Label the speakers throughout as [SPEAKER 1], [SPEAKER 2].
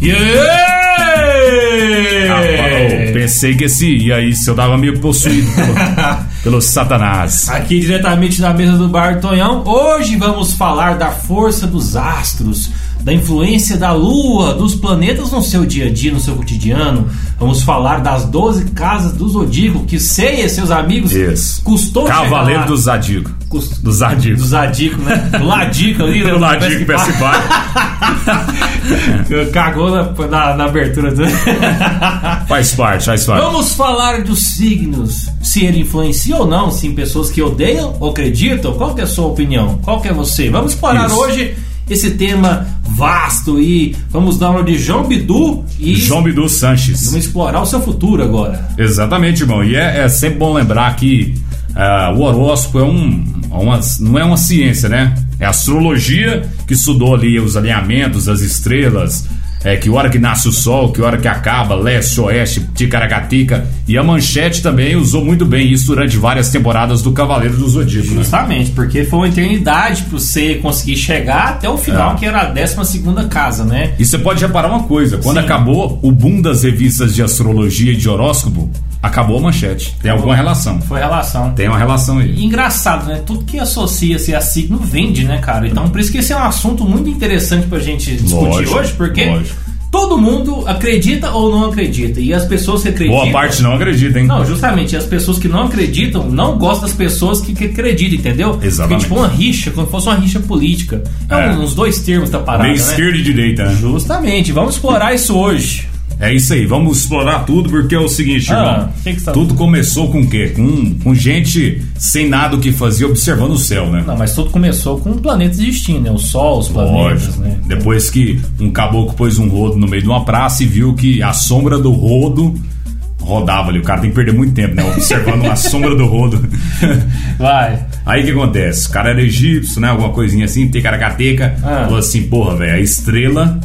[SPEAKER 1] Yeah! Yeah!
[SPEAKER 2] Oh, pensei que esse ia aí, se eu dava meio possuído pelo, pelo Satanás.
[SPEAKER 1] Aqui diretamente na mesa do Bar Tonhão, hoje vamos falar da força dos astros, da influência da lua, dos planetas no seu dia a dia, no seu cotidiano. Vamos falar das 12 casas do Zodíaco, que ceia seus amigos
[SPEAKER 2] Isso.
[SPEAKER 1] custou chegar
[SPEAKER 2] Cavaleiro
[SPEAKER 1] lá.
[SPEAKER 2] do Zadigo.
[SPEAKER 1] Cus-
[SPEAKER 2] Do Zadigo.
[SPEAKER 1] do Zadico, né? Do Ladico ali, né?
[SPEAKER 2] Pelo Ladigo
[SPEAKER 1] Parece que
[SPEAKER 2] PS Bar.
[SPEAKER 1] Cagou na, na- na abertura do.
[SPEAKER 2] Faz parte, faz parte.
[SPEAKER 1] Vamos falar dos signos, se ele influencia ou não, se em pessoas que odeiam ou acreditam. Qual que é a sua opinião? Qual que é você? Vamos explorar
[SPEAKER 2] Isso.
[SPEAKER 1] hoje esse tema vasto e vamos dar uma de João Bidu e
[SPEAKER 2] João Bidu Sanches.
[SPEAKER 1] vamos explorar o seu futuro agora.
[SPEAKER 2] Exatamente, irmão. E é, é sempre bom lembrar que ah, o horóscopo é um, uma- não é uma ciência, né? É a astrologia que estudou ali os alinhamentos das estrelas, é, que hora que nasce o sol, que hora que acaba, leste, oeste, ticaracatica. E a manchete também usou muito bem isso durante várias temporadas do Cavaleiro do Zodíaco, né?
[SPEAKER 1] Justamente, porque foi uma eternidade para você conseguir chegar até o final,
[SPEAKER 2] É.
[SPEAKER 1] que era a 12 segunda casa, né?
[SPEAKER 2] E você pode reparar uma coisa: quando
[SPEAKER 1] Sim.
[SPEAKER 2] acabou o boom das revistas de astrologia e de horóscopo, acabou a manchete. Tem alguma relação.
[SPEAKER 1] Foi relação.
[SPEAKER 2] Tem uma relação aí.
[SPEAKER 1] E engraçado, né? Tudo que associa-se a signo vende, né, cara? Então, por isso que esse é um assunto muito interessante pra gente discutir
[SPEAKER 2] Lógico,
[SPEAKER 1] hoje, porque
[SPEAKER 2] lógico.
[SPEAKER 1] todo mundo acredita ou não acredita. E as pessoas que acreditam.
[SPEAKER 2] Boa parte não acredita, hein?
[SPEAKER 1] Não, justamente, as pessoas que não acreditam não gostam das pessoas que, que acreditam, entendeu?
[SPEAKER 2] Exatamente.
[SPEAKER 1] Fica tipo uma rixa, como se fosse uma rixa política. É,
[SPEAKER 2] É.
[SPEAKER 1] uns dois termos da parada,
[SPEAKER 2] Meio
[SPEAKER 1] né?
[SPEAKER 2] esquerda e direita, né?
[SPEAKER 1] Justamente, vamos explorar isso hoje.
[SPEAKER 2] É isso aí, vamos explorar tudo, porque é o seguinte,
[SPEAKER 1] Ah,
[SPEAKER 2] irmão.
[SPEAKER 1] o que que tá-
[SPEAKER 2] Tudo começou com o quê? Com, com gente sem nada o que fazer, observando o céu, né?
[SPEAKER 1] Não, mas tudo começou com planetas destinos, né? O Sol, os planetas,
[SPEAKER 2] Lógico.
[SPEAKER 1] né?
[SPEAKER 2] Depois que um caboclo pôs um rodo no meio de uma praça e viu que a sombra do rodo rodava ali. O cara tem que perder muito tempo, né? Observando a sombra do rodo.
[SPEAKER 1] Vai.
[SPEAKER 2] Aí o que acontece? O cara era egípcio, né? Alguma coisinha assim, tecaracateca.
[SPEAKER 1] Ah.
[SPEAKER 2] Falou assim, porra, velho, a estrela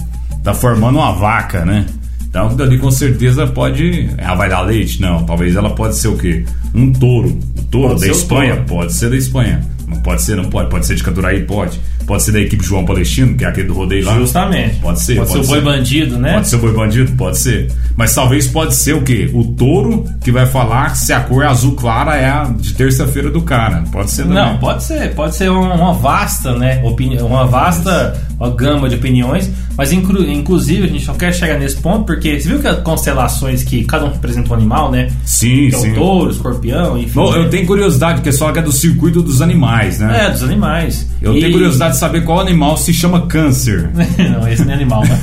[SPEAKER 2] tá formando uma vaca, né? Então aquilo ali com certeza pode. Ela vai dar leite? Não, talvez ela pode ser o quê? Um touro. O touro
[SPEAKER 1] Pode
[SPEAKER 2] da
[SPEAKER 1] ser o
[SPEAKER 2] Espanha?
[SPEAKER 1] touro.
[SPEAKER 2] Pode ser da Espanha. Não pode ser, não pode. Pode ser de Caturaí? Pode. Pode ser da equipe João Palestino, que é aquele do rodeio lá.
[SPEAKER 1] Justamente.
[SPEAKER 2] Pode ser,
[SPEAKER 1] Pode, ser
[SPEAKER 2] pode
[SPEAKER 1] o boi
[SPEAKER 2] ser.
[SPEAKER 1] bandido, né?
[SPEAKER 2] Pode ser o boi bandido? Pode ser. Mas talvez pode ser o quê? O touro que vai falar se a cor azul clara é a de terça-feira do cara. Pode ser também.
[SPEAKER 1] Não, pode ser, pode ser uma, uma vasta, né, opini- uma vasta ó, gama de opiniões, mas inclu- inclusive a gente só quer chegar nesse ponto porque você viu que as constelações que cada um representa um animal, né?
[SPEAKER 2] Sim,
[SPEAKER 1] Que é
[SPEAKER 2] sim.
[SPEAKER 1] o touro, o escorpião, enfim.
[SPEAKER 2] Bom,
[SPEAKER 1] né?
[SPEAKER 2] eu tenho curiosidade, porque só que é do circuito dos animais, né?
[SPEAKER 1] É, dos animais.
[SPEAKER 2] Eu
[SPEAKER 1] E-
[SPEAKER 2] tenho curiosidade de saber qual animal se chama câncer.
[SPEAKER 1] não, esse não é animal.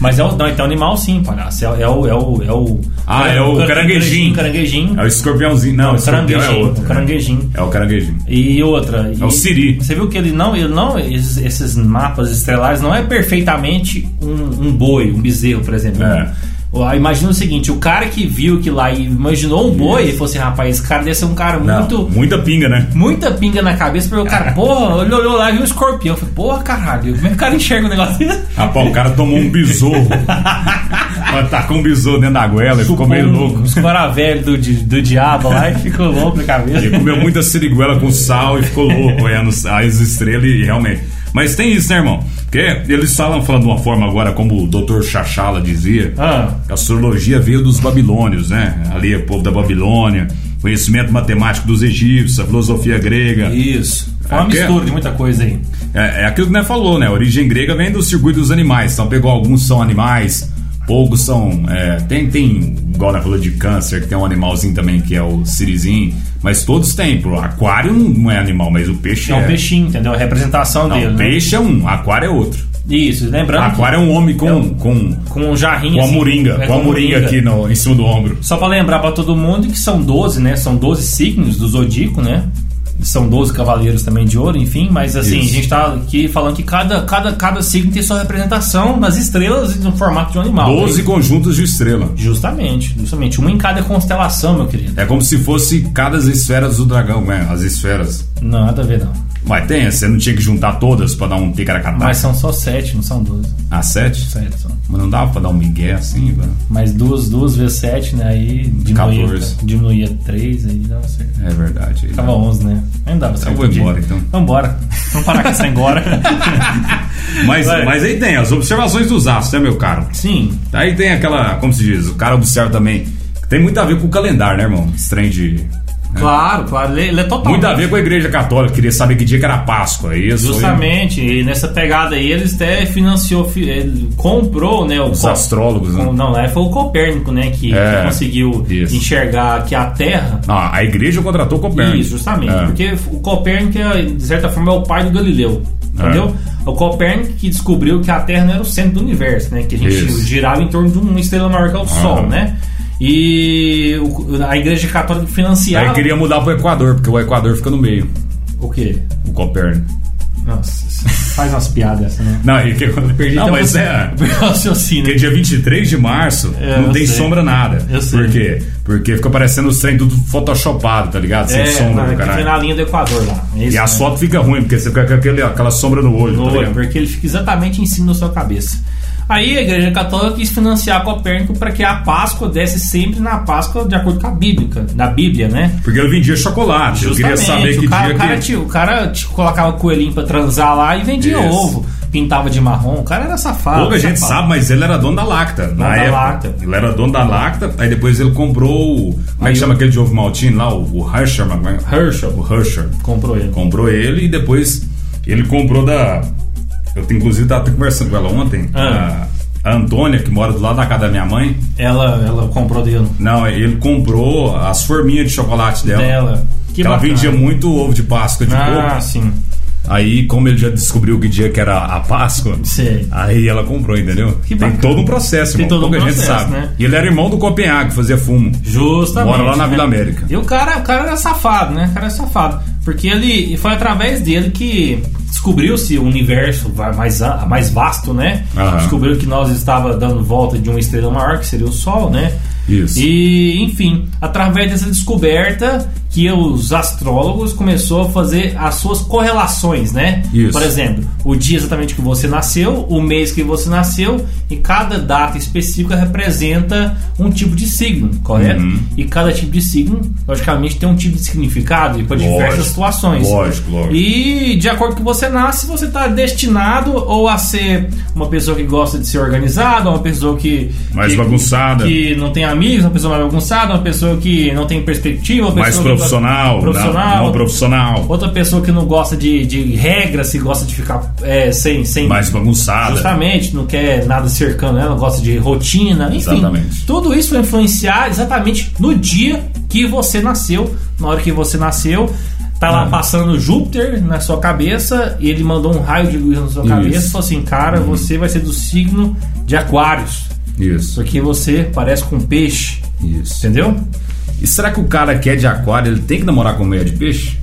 [SPEAKER 1] mas é o, não, então animal sim, palhaço. É, o- é o é o é o
[SPEAKER 2] Ah, é o caranguejinho.
[SPEAKER 1] Caranguejinho.
[SPEAKER 2] É o escorpiãozinho. Não, o escorpião é
[SPEAKER 1] caranguejinho,
[SPEAKER 2] outro.
[SPEAKER 1] o caranguejinho.
[SPEAKER 2] É o caranguejinho. É
[SPEAKER 1] E outra. e-
[SPEAKER 2] o siri.
[SPEAKER 1] Você viu que ele não. Ele não esses, esses mapas estelares não é perfeitamente um, um boi, um bezerro, por exemplo.
[SPEAKER 2] É.
[SPEAKER 1] Ó, Imagina o seguinte: o cara que viu que lá e imaginou um boi, ele falou assim, rapaz, esse cara deve ser um cara
[SPEAKER 2] Não,
[SPEAKER 1] muito.
[SPEAKER 2] Muita pinga, né?
[SPEAKER 1] Muita pinga na cabeça, porque o cara, porra, ele olhou lá e viu um escorpião. Eu falei, porra, caralho, como é que o cara enxerga o negócio desse?
[SPEAKER 2] Rapaz, o cara tomou um besouro. Atacou um besouro dentro da goela e ficou meio louco.
[SPEAKER 1] Um escoravelho do, di- do diabo lá e ficou louco na cabeça.
[SPEAKER 2] Ele comeu muita siriguela com sal e ficou louco olhando as estrelas e realmente. Mas tem isso, né, irmão? Porque eles falam, falam de uma forma agora, como o Dr. Chachala dizia,
[SPEAKER 1] Ah.
[SPEAKER 2] que a astrologia veio dos babilônios, né? Ali, o povo da Babilônia, conhecimento matemático dos egípcios, a filosofia grega.
[SPEAKER 1] Isso. Foi uma
[SPEAKER 2] É, que-
[SPEAKER 1] mistura de muita coisa aí.
[SPEAKER 2] É, é aquilo que nós falou, né? A origem grega vem do circuito dos animais. Então pegou alguns são animais, poucos são. é, tem, tem, igual nós falou de câncer, que tem um animalzinho também que é o sirizinho. Mas todos têm, pô. Aquário não é animal, mas o peixe
[SPEAKER 1] É
[SPEAKER 2] é.
[SPEAKER 1] um peixinho, entendeu? A representação
[SPEAKER 2] Não,
[SPEAKER 1] dele. né?
[SPEAKER 2] peixe é um, aquário é outro.
[SPEAKER 1] Isso, lembrando. que-
[SPEAKER 2] Aquário é um homem com, com,
[SPEAKER 1] Com um jarrinho.
[SPEAKER 2] com a
[SPEAKER 1] assim,
[SPEAKER 2] moringa,
[SPEAKER 1] é,
[SPEAKER 2] com a moringa aqui no, em cima do ombro.
[SPEAKER 1] Só pra lembrar pra todo mundo que são 12, né? São 12 signos do Zodíaco, né? São 12 cavaleiros também de ouro, enfim, mas assim,
[SPEAKER 2] Isso.
[SPEAKER 1] a gente tá aqui falando que cada, cada, cada signo tem sua representação nas estrelas e no formato de um animal. né?
[SPEAKER 2] 12 conjuntos de estrela.
[SPEAKER 1] Justamente, justamente. Uma em cada constelação, meu querido.
[SPEAKER 2] É como se fosse cada esferas do dragão, né? As esferas.
[SPEAKER 1] Nada a ver, não.
[SPEAKER 2] Mas tem, você não tinha que juntar todas pra dar um ticaracatá?
[SPEAKER 3] Mas são só sete, não são 12.
[SPEAKER 2] A sete?
[SPEAKER 3] Sete só.
[SPEAKER 2] Mas não dava pra dar um migué assim, velho?
[SPEAKER 3] Mas duas, duas vezes sete, né? Aí diminuía,
[SPEAKER 2] 14.
[SPEAKER 3] diminuía três, aí dava certo.
[SPEAKER 2] É verdade.
[SPEAKER 1] Tá
[SPEAKER 2] aí
[SPEAKER 3] Ficava
[SPEAKER 2] dá-
[SPEAKER 3] 11, né? Aí não dava certo.
[SPEAKER 2] vou embora, então.
[SPEAKER 3] Vambora. Vamos parar com essa embora.
[SPEAKER 2] Mas,
[SPEAKER 3] Vai.
[SPEAKER 2] mas aí tem as observações dos astros, né, meu caro?
[SPEAKER 3] Sim.
[SPEAKER 2] Aí tem aquela, como se diz, o cara observa também. Tem muito a ver com o calendário, né, irmão? Esse trem de.
[SPEAKER 1] Claro, claro. Ele, ele é total.
[SPEAKER 2] Muito a ver com a igreja católica, queria saber que dia que era Páscoa. é Isso,
[SPEAKER 1] Justamente, e nessa pegada aí eles até financiou, fi- ele comprou, né, o
[SPEAKER 2] Os astrólogos, né?
[SPEAKER 1] Não, Não, lá foi o Copérnico, né, que,
[SPEAKER 2] É,
[SPEAKER 1] que conseguiu
[SPEAKER 2] isso.
[SPEAKER 1] enxergar que a Terra
[SPEAKER 2] Não, a igreja contratou Copérnico.
[SPEAKER 1] Isso, justamente.
[SPEAKER 2] É.
[SPEAKER 1] Porque o Copérnico, é, de certa forma, é o pai do Galileu.
[SPEAKER 2] É.
[SPEAKER 1] Entendeu? É O Copérnico que descobriu que a Terra não era o centro do universo, né? Que a gente
[SPEAKER 2] Isso. Ah.
[SPEAKER 1] girava em torno de uma estrela maior que é o Sol, né? E o- a Igreja Católica financiava.
[SPEAKER 2] Aí queria mudar pro Equador, porque o Equador fica no meio,
[SPEAKER 1] O quê?
[SPEAKER 2] o Copérnico.
[SPEAKER 1] Nossa, faz umas piadas essa, né?
[SPEAKER 2] Não, e que... não
[SPEAKER 1] Então
[SPEAKER 2] mas
[SPEAKER 1] você-
[SPEAKER 2] é.
[SPEAKER 1] o raciocínio.
[SPEAKER 2] Porque dia 23 de março
[SPEAKER 1] É,
[SPEAKER 2] não
[SPEAKER 1] eu
[SPEAKER 2] tem
[SPEAKER 1] sei.
[SPEAKER 2] sombra nada.
[SPEAKER 1] Eu sei.
[SPEAKER 2] Por quê? Porque fica parecendo os trem tudo photoshopado, tá ligado? Sem
[SPEAKER 1] É, na,
[SPEAKER 2] sombra, do
[SPEAKER 1] que foi
[SPEAKER 2] caralho.
[SPEAKER 1] na linha do Equador lá. É isso
[SPEAKER 2] E a
[SPEAKER 1] mesmo.
[SPEAKER 2] foto fica ruim, porque você fica com aquele, aquela sombra no olho.
[SPEAKER 1] no
[SPEAKER 2] tá
[SPEAKER 1] olho,
[SPEAKER 2] ligado?
[SPEAKER 1] porque ele fica exatamente em cima da sua cabeça. Aí a Igreja Católica quis financiar Copérnico para que a Páscoa desse sempre na Páscoa de acordo com a Bíblia, da Bíblia, né?
[SPEAKER 2] Porque ele vendia chocolate. eu queria saber que
[SPEAKER 1] o cara,
[SPEAKER 2] dia
[SPEAKER 1] o cara,
[SPEAKER 2] que.
[SPEAKER 1] te, o cara te colocava coelhinho pra transar lá e vendia
[SPEAKER 2] Isso.
[SPEAKER 1] ovo, pintava de marrom. O cara era safado.
[SPEAKER 2] Pouca gente
[SPEAKER 1] safado.
[SPEAKER 2] sabe, mas ele era dono da Lacta. na
[SPEAKER 1] da
[SPEAKER 2] época.
[SPEAKER 1] Lacta.
[SPEAKER 2] Ele era dono da Lacta, aí depois ele comprou. o- Como é que chama aquele de ovo maltino lá? O, o Hershey. mas como é?
[SPEAKER 1] Herschel.
[SPEAKER 2] O Hershey.
[SPEAKER 1] Comprou ele.
[SPEAKER 2] Comprou ele e depois ele comprou da. Eu tenho, inclusive estava conversando com ela ontem.
[SPEAKER 1] Ah.
[SPEAKER 2] A, a Antônia, que mora do lado da casa da minha mãe.
[SPEAKER 1] Ela, ela comprou dele.
[SPEAKER 2] Não, é, ele comprou as forminhas de chocolate dela.
[SPEAKER 1] Dela.
[SPEAKER 2] Que
[SPEAKER 1] Que
[SPEAKER 2] ela
[SPEAKER 1] bacana.
[SPEAKER 2] vendia muito ovo de Páscoa de coco.
[SPEAKER 1] Ah, sim.
[SPEAKER 2] Aí, como ele já descobriu que dia que era a Páscoa,
[SPEAKER 1] Sei.
[SPEAKER 2] aí ela comprou, entendeu?
[SPEAKER 1] Que
[SPEAKER 2] Tem
[SPEAKER 1] bacana.
[SPEAKER 2] todo um processo,
[SPEAKER 1] Tem
[SPEAKER 2] irmão.
[SPEAKER 1] todo um
[SPEAKER 2] Pouca gente
[SPEAKER 1] processo,
[SPEAKER 2] sabe.
[SPEAKER 1] né?
[SPEAKER 2] E ele era irmão do Copenhague, fazia fumo.
[SPEAKER 1] Justamente.
[SPEAKER 2] Mora lá na
[SPEAKER 1] né?
[SPEAKER 2] Vila América.
[SPEAKER 1] E o cara, o cara era safado, né? O cara era safado. Porque ele foi através dele que descobriu-se o universo va- mais, a- mais vasto, né?
[SPEAKER 2] Aham.
[SPEAKER 1] Descobriu que nós estava dando volta de uma estrela maior, que seria o Sol, né?
[SPEAKER 2] Isso.
[SPEAKER 1] E, enfim, através dessa descoberta que os astrólogos começou a fazer as suas correlações, né?
[SPEAKER 2] Isso.
[SPEAKER 1] Por exemplo, o dia exatamente que você nasceu, o mês que você nasceu e cada data específica representa um tipo de signo, correto?
[SPEAKER 2] Uhum.
[SPEAKER 1] E cada tipo de signo, logicamente, tem um tipo de significado e para
[SPEAKER 2] Lógico,
[SPEAKER 1] diversas situações.
[SPEAKER 2] lógico, lógico.
[SPEAKER 1] E de acordo com que você nasce, você está destinado ou a ser uma pessoa que gosta de ser organizada, uma pessoa que
[SPEAKER 2] Mais
[SPEAKER 1] que-
[SPEAKER 2] bagunçada.
[SPEAKER 1] que não tem amigos, uma pessoa mais bagunçada, uma pessoa que não tem perspectiva, uma
[SPEAKER 2] Mais
[SPEAKER 1] pessoa que- tá
[SPEAKER 2] profissional,
[SPEAKER 1] profissional,
[SPEAKER 2] Não, não profissional.
[SPEAKER 1] outra pessoa que não gosta de, de regras, se gosta de ficar é, sem, sem
[SPEAKER 2] Mais bagunçada.
[SPEAKER 1] Justamente, não quer nada cercando ela, gosta de rotina, enfim.
[SPEAKER 2] Exatamente.
[SPEAKER 1] Tudo isso vai influenciar exatamente no dia que você nasceu, na hora que você nasceu. Tá
[SPEAKER 2] Uhum.
[SPEAKER 1] lá passando Júpiter na sua cabeça, e ele mandou um raio de luz na sua
[SPEAKER 2] Isso. Uhum.
[SPEAKER 1] cabeça e falou assim: Cara, você vai ser do signo de Aquários,
[SPEAKER 2] Isso.
[SPEAKER 1] porque você parece com um peixe,
[SPEAKER 2] Isso.
[SPEAKER 1] entendeu?
[SPEAKER 2] E será que o cara que é de aquário, ele tem que namorar com meia de peixe?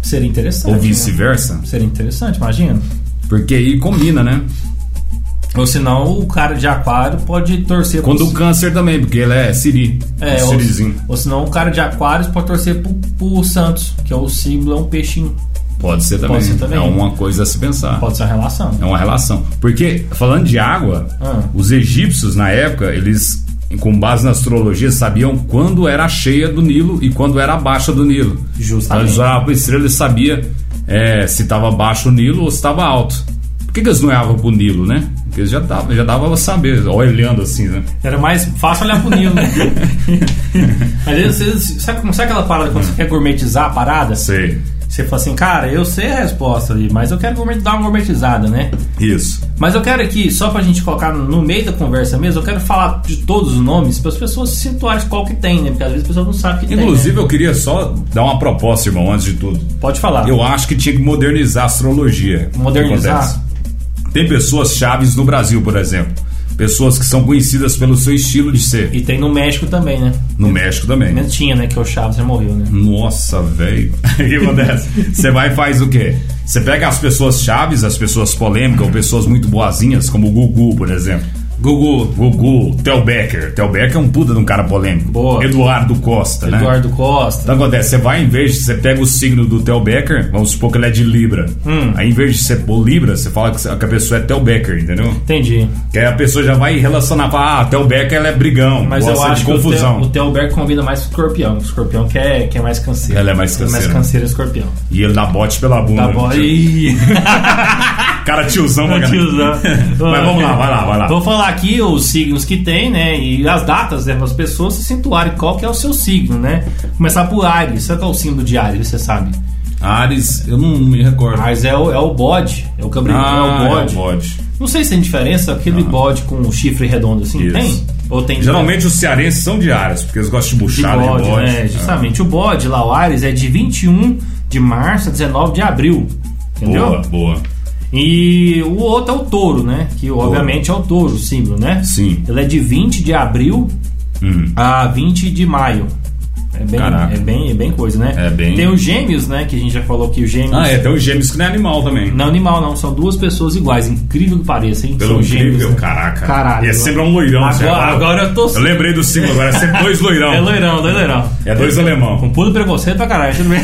[SPEAKER 1] Seria interessante.
[SPEAKER 2] Ou
[SPEAKER 1] né?
[SPEAKER 2] vice-versa?
[SPEAKER 1] Seria interessante, imagina.
[SPEAKER 2] Porque aí combina, né?
[SPEAKER 1] Ou senão o cara de Aquário pode torcer
[SPEAKER 2] Quando
[SPEAKER 1] pros-
[SPEAKER 2] o câncer também, porque ele é siri.
[SPEAKER 1] É, ou,
[SPEAKER 2] sirizinho.
[SPEAKER 1] ou senão o cara de Aquários pode torcer pro, pro Santos, que é o símbolo, é um peixinho.
[SPEAKER 2] Pode ser também.
[SPEAKER 1] ser também.
[SPEAKER 2] É uma coisa a se pensar.
[SPEAKER 1] Pode ser uma relação.
[SPEAKER 2] É uma relação. Porque, falando de água,
[SPEAKER 1] Ah.
[SPEAKER 2] os egípcios, na época, eles, com base na astrologia, sabiam quando era a cheia do Nilo e quando era a baixa do Nilo. Então,
[SPEAKER 1] Justamente.
[SPEAKER 2] Eles olhavam a estrela e sabia é, se estava baixo o Nilo ou se estava alto. Por que, que eles não olhavam pro Nilo, né? Porque eles já dava, já dava pra saber, olhando assim, né?
[SPEAKER 1] Era mais fácil olhar pro Nilo, né? Às vezes, você, sabe, como- sabe aquela parada quando você quer gourmetizar a parada?
[SPEAKER 2] Sei.
[SPEAKER 1] Você fala assim, cara, eu sei a resposta ali, mas eu quero gourmet- dar uma gourmetizada, né?
[SPEAKER 2] Isso.
[SPEAKER 1] Mas eu quero aqui, só pra gente colocar no meio da conversa mesmo, eu quero falar de todos os nomes para as pessoas se situarem qual que tem, né? Porque às vezes a pessoa não sabe que tem.
[SPEAKER 2] Inclusive, eu queria só dar uma proposta, irmão, antes de tudo.
[SPEAKER 1] né? Pode falar.
[SPEAKER 2] Eu acho que tinha que modernizar a astrologia.
[SPEAKER 1] Modernizar?
[SPEAKER 2] Acontece. Tem pessoas chaves no Brasil, por exemplo. Pessoas que são conhecidas pelo seu estilo de ser.
[SPEAKER 1] E tem no México também, né?
[SPEAKER 2] No México também.
[SPEAKER 1] Menos tinha, né? Que o Chaves já morreu, né?
[SPEAKER 2] Nossa, velho. O que acontece? Você vai e faz o quê? Você pega as pessoas chaves, as pessoas polêmicas, ou pessoas muito boazinhas, como o Gugu, por exemplo.
[SPEAKER 1] Gugu.
[SPEAKER 2] Gugu, Theo Becker. Theo Becker é um puta de um cara polêmico.
[SPEAKER 1] Boa.
[SPEAKER 2] Eduardo Costa, né?
[SPEAKER 1] Eduardo Costa.
[SPEAKER 2] Então acontece, você vai em vez de você pega o signo do Theo Becker, vamos supor que ele é de Libra. Aí em vez de você pôr Libra, você fala que a pessoa é Theo Becker, entendeu?
[SPEAKER 1] Entendi.
[SPEAKER 2] Que aí a pessoa já vai relacionar, fala, ah, Theo Becker ela é brigão,
[SPEAKER 3] Mas
[SPEAKER 2] gosta
[SPEAKER 3] eu acho
[SPEAKER 2] de
[SPEAKER 3] que o
[SPEAKER 2] confusão.
[SPEAKER 3] Theo- o Telberg combina mais com o escorpião. O escorpião que é, que é mais canseiro.
[SPEAKER 2] Ela é mais
[SPEAKER 3] Mais
[SPEAKER 2] canseira.
[SPEAKER 3] canseiro é escorpião.
[SPEAKER 2] E ele dá bote pela bunda. né,
[SPEAKER 3] Tá bom.
[SPEAKER 2] tio.
[SPEAKER 3] Ih,
[SPEAKER 2] Cara tiozão, pra caralho.
[SPEAKER 3] tiozão.
[SPEAKER 2] Mas vamos lá, vai lá, vai lá.
[SPEAKER 1] Vou falar aqui os signos que tem, né? E as datas, né? Para as pessoas se situarem qual que é o seu signo, né? Começar por Ares. Sabe qual é o símbolo de Ares, você sabe?
[SPEAKER 2] Ares, eu não me recordo.
[SPEAKER 1] Ares é o, é o bode. É o cabrito,
[SPEAKER 2] Ah,
[SPEAKER 1] é o bode.
[SPEAKER 2] bode.
[SPEAKER 1] Não sei se tem diferença, aquele bode com o chifre redondo assim,
[SPEAKER 2] Isso.
[SPEAKER 1] tem? Ou tem
[SPEAKER 2] Geralmente os cearenses são de Ares, porque eles gostam de
[SPEAKER 1] de
[SPEAKER 2] buchada,
[SPEAKER 1] bode,
[SPEAKER 2] de Ah, bode.
[SPEAKER 1] né? Justamente. O bode lá, o Ares, é de 21 de março a 19 de abril. Entendeu?
[SPEAKER 2] Boa, boa.
[SPEAKER 1] E o outro é o touro, né? Que obviamente é o touro, o símbolo, né?
[SPEAKER 2] Sim.
[SPEAKER 1] Ele é de 20 de abril
[SPEAKER 2] Hum.
[SPEAKER 1] a 20 de maio. É bem,
[SPEAKER 2] Caraca.
[SPEAKER 1] é bem, é bem coisa, né?
[SPEAKER 2] É bem-
[SPEAKER 1] Tem os gêmeos, né? Que a gente já falou que os gêmeos.
[SPEAKER 2] Ah, é, tem os gêmeos que não é animal também.
[SPEAKER 1] Não é animal, não. São duas pessoas iguais. Incrível que pareça, hein?
[SPEAKER 2] Pelo
[SPEAKER 1] São gêmeos.
[SPEAKER 2] incrível,
[SPEAKER 1] né?
[SPEAKER 2] caraca.
[SPEAKER 1] Caralho.
[SPEAKER 2] E é sempre um loirão.
[SPEAKER 1] Agora-
[SPEAKER 2] você reparou?
[SPEAKER 1] agora eu tô-
[SPEAKER 2] Eu lembrei do símbolo, agora é sempre dois loirão.
[SPEAKER 1] É loirão, dois loirão.
[SPEAKER 2] É dois alemão.
[SPEAKER 1] Com puro preconceito pra caralho, tudo bem.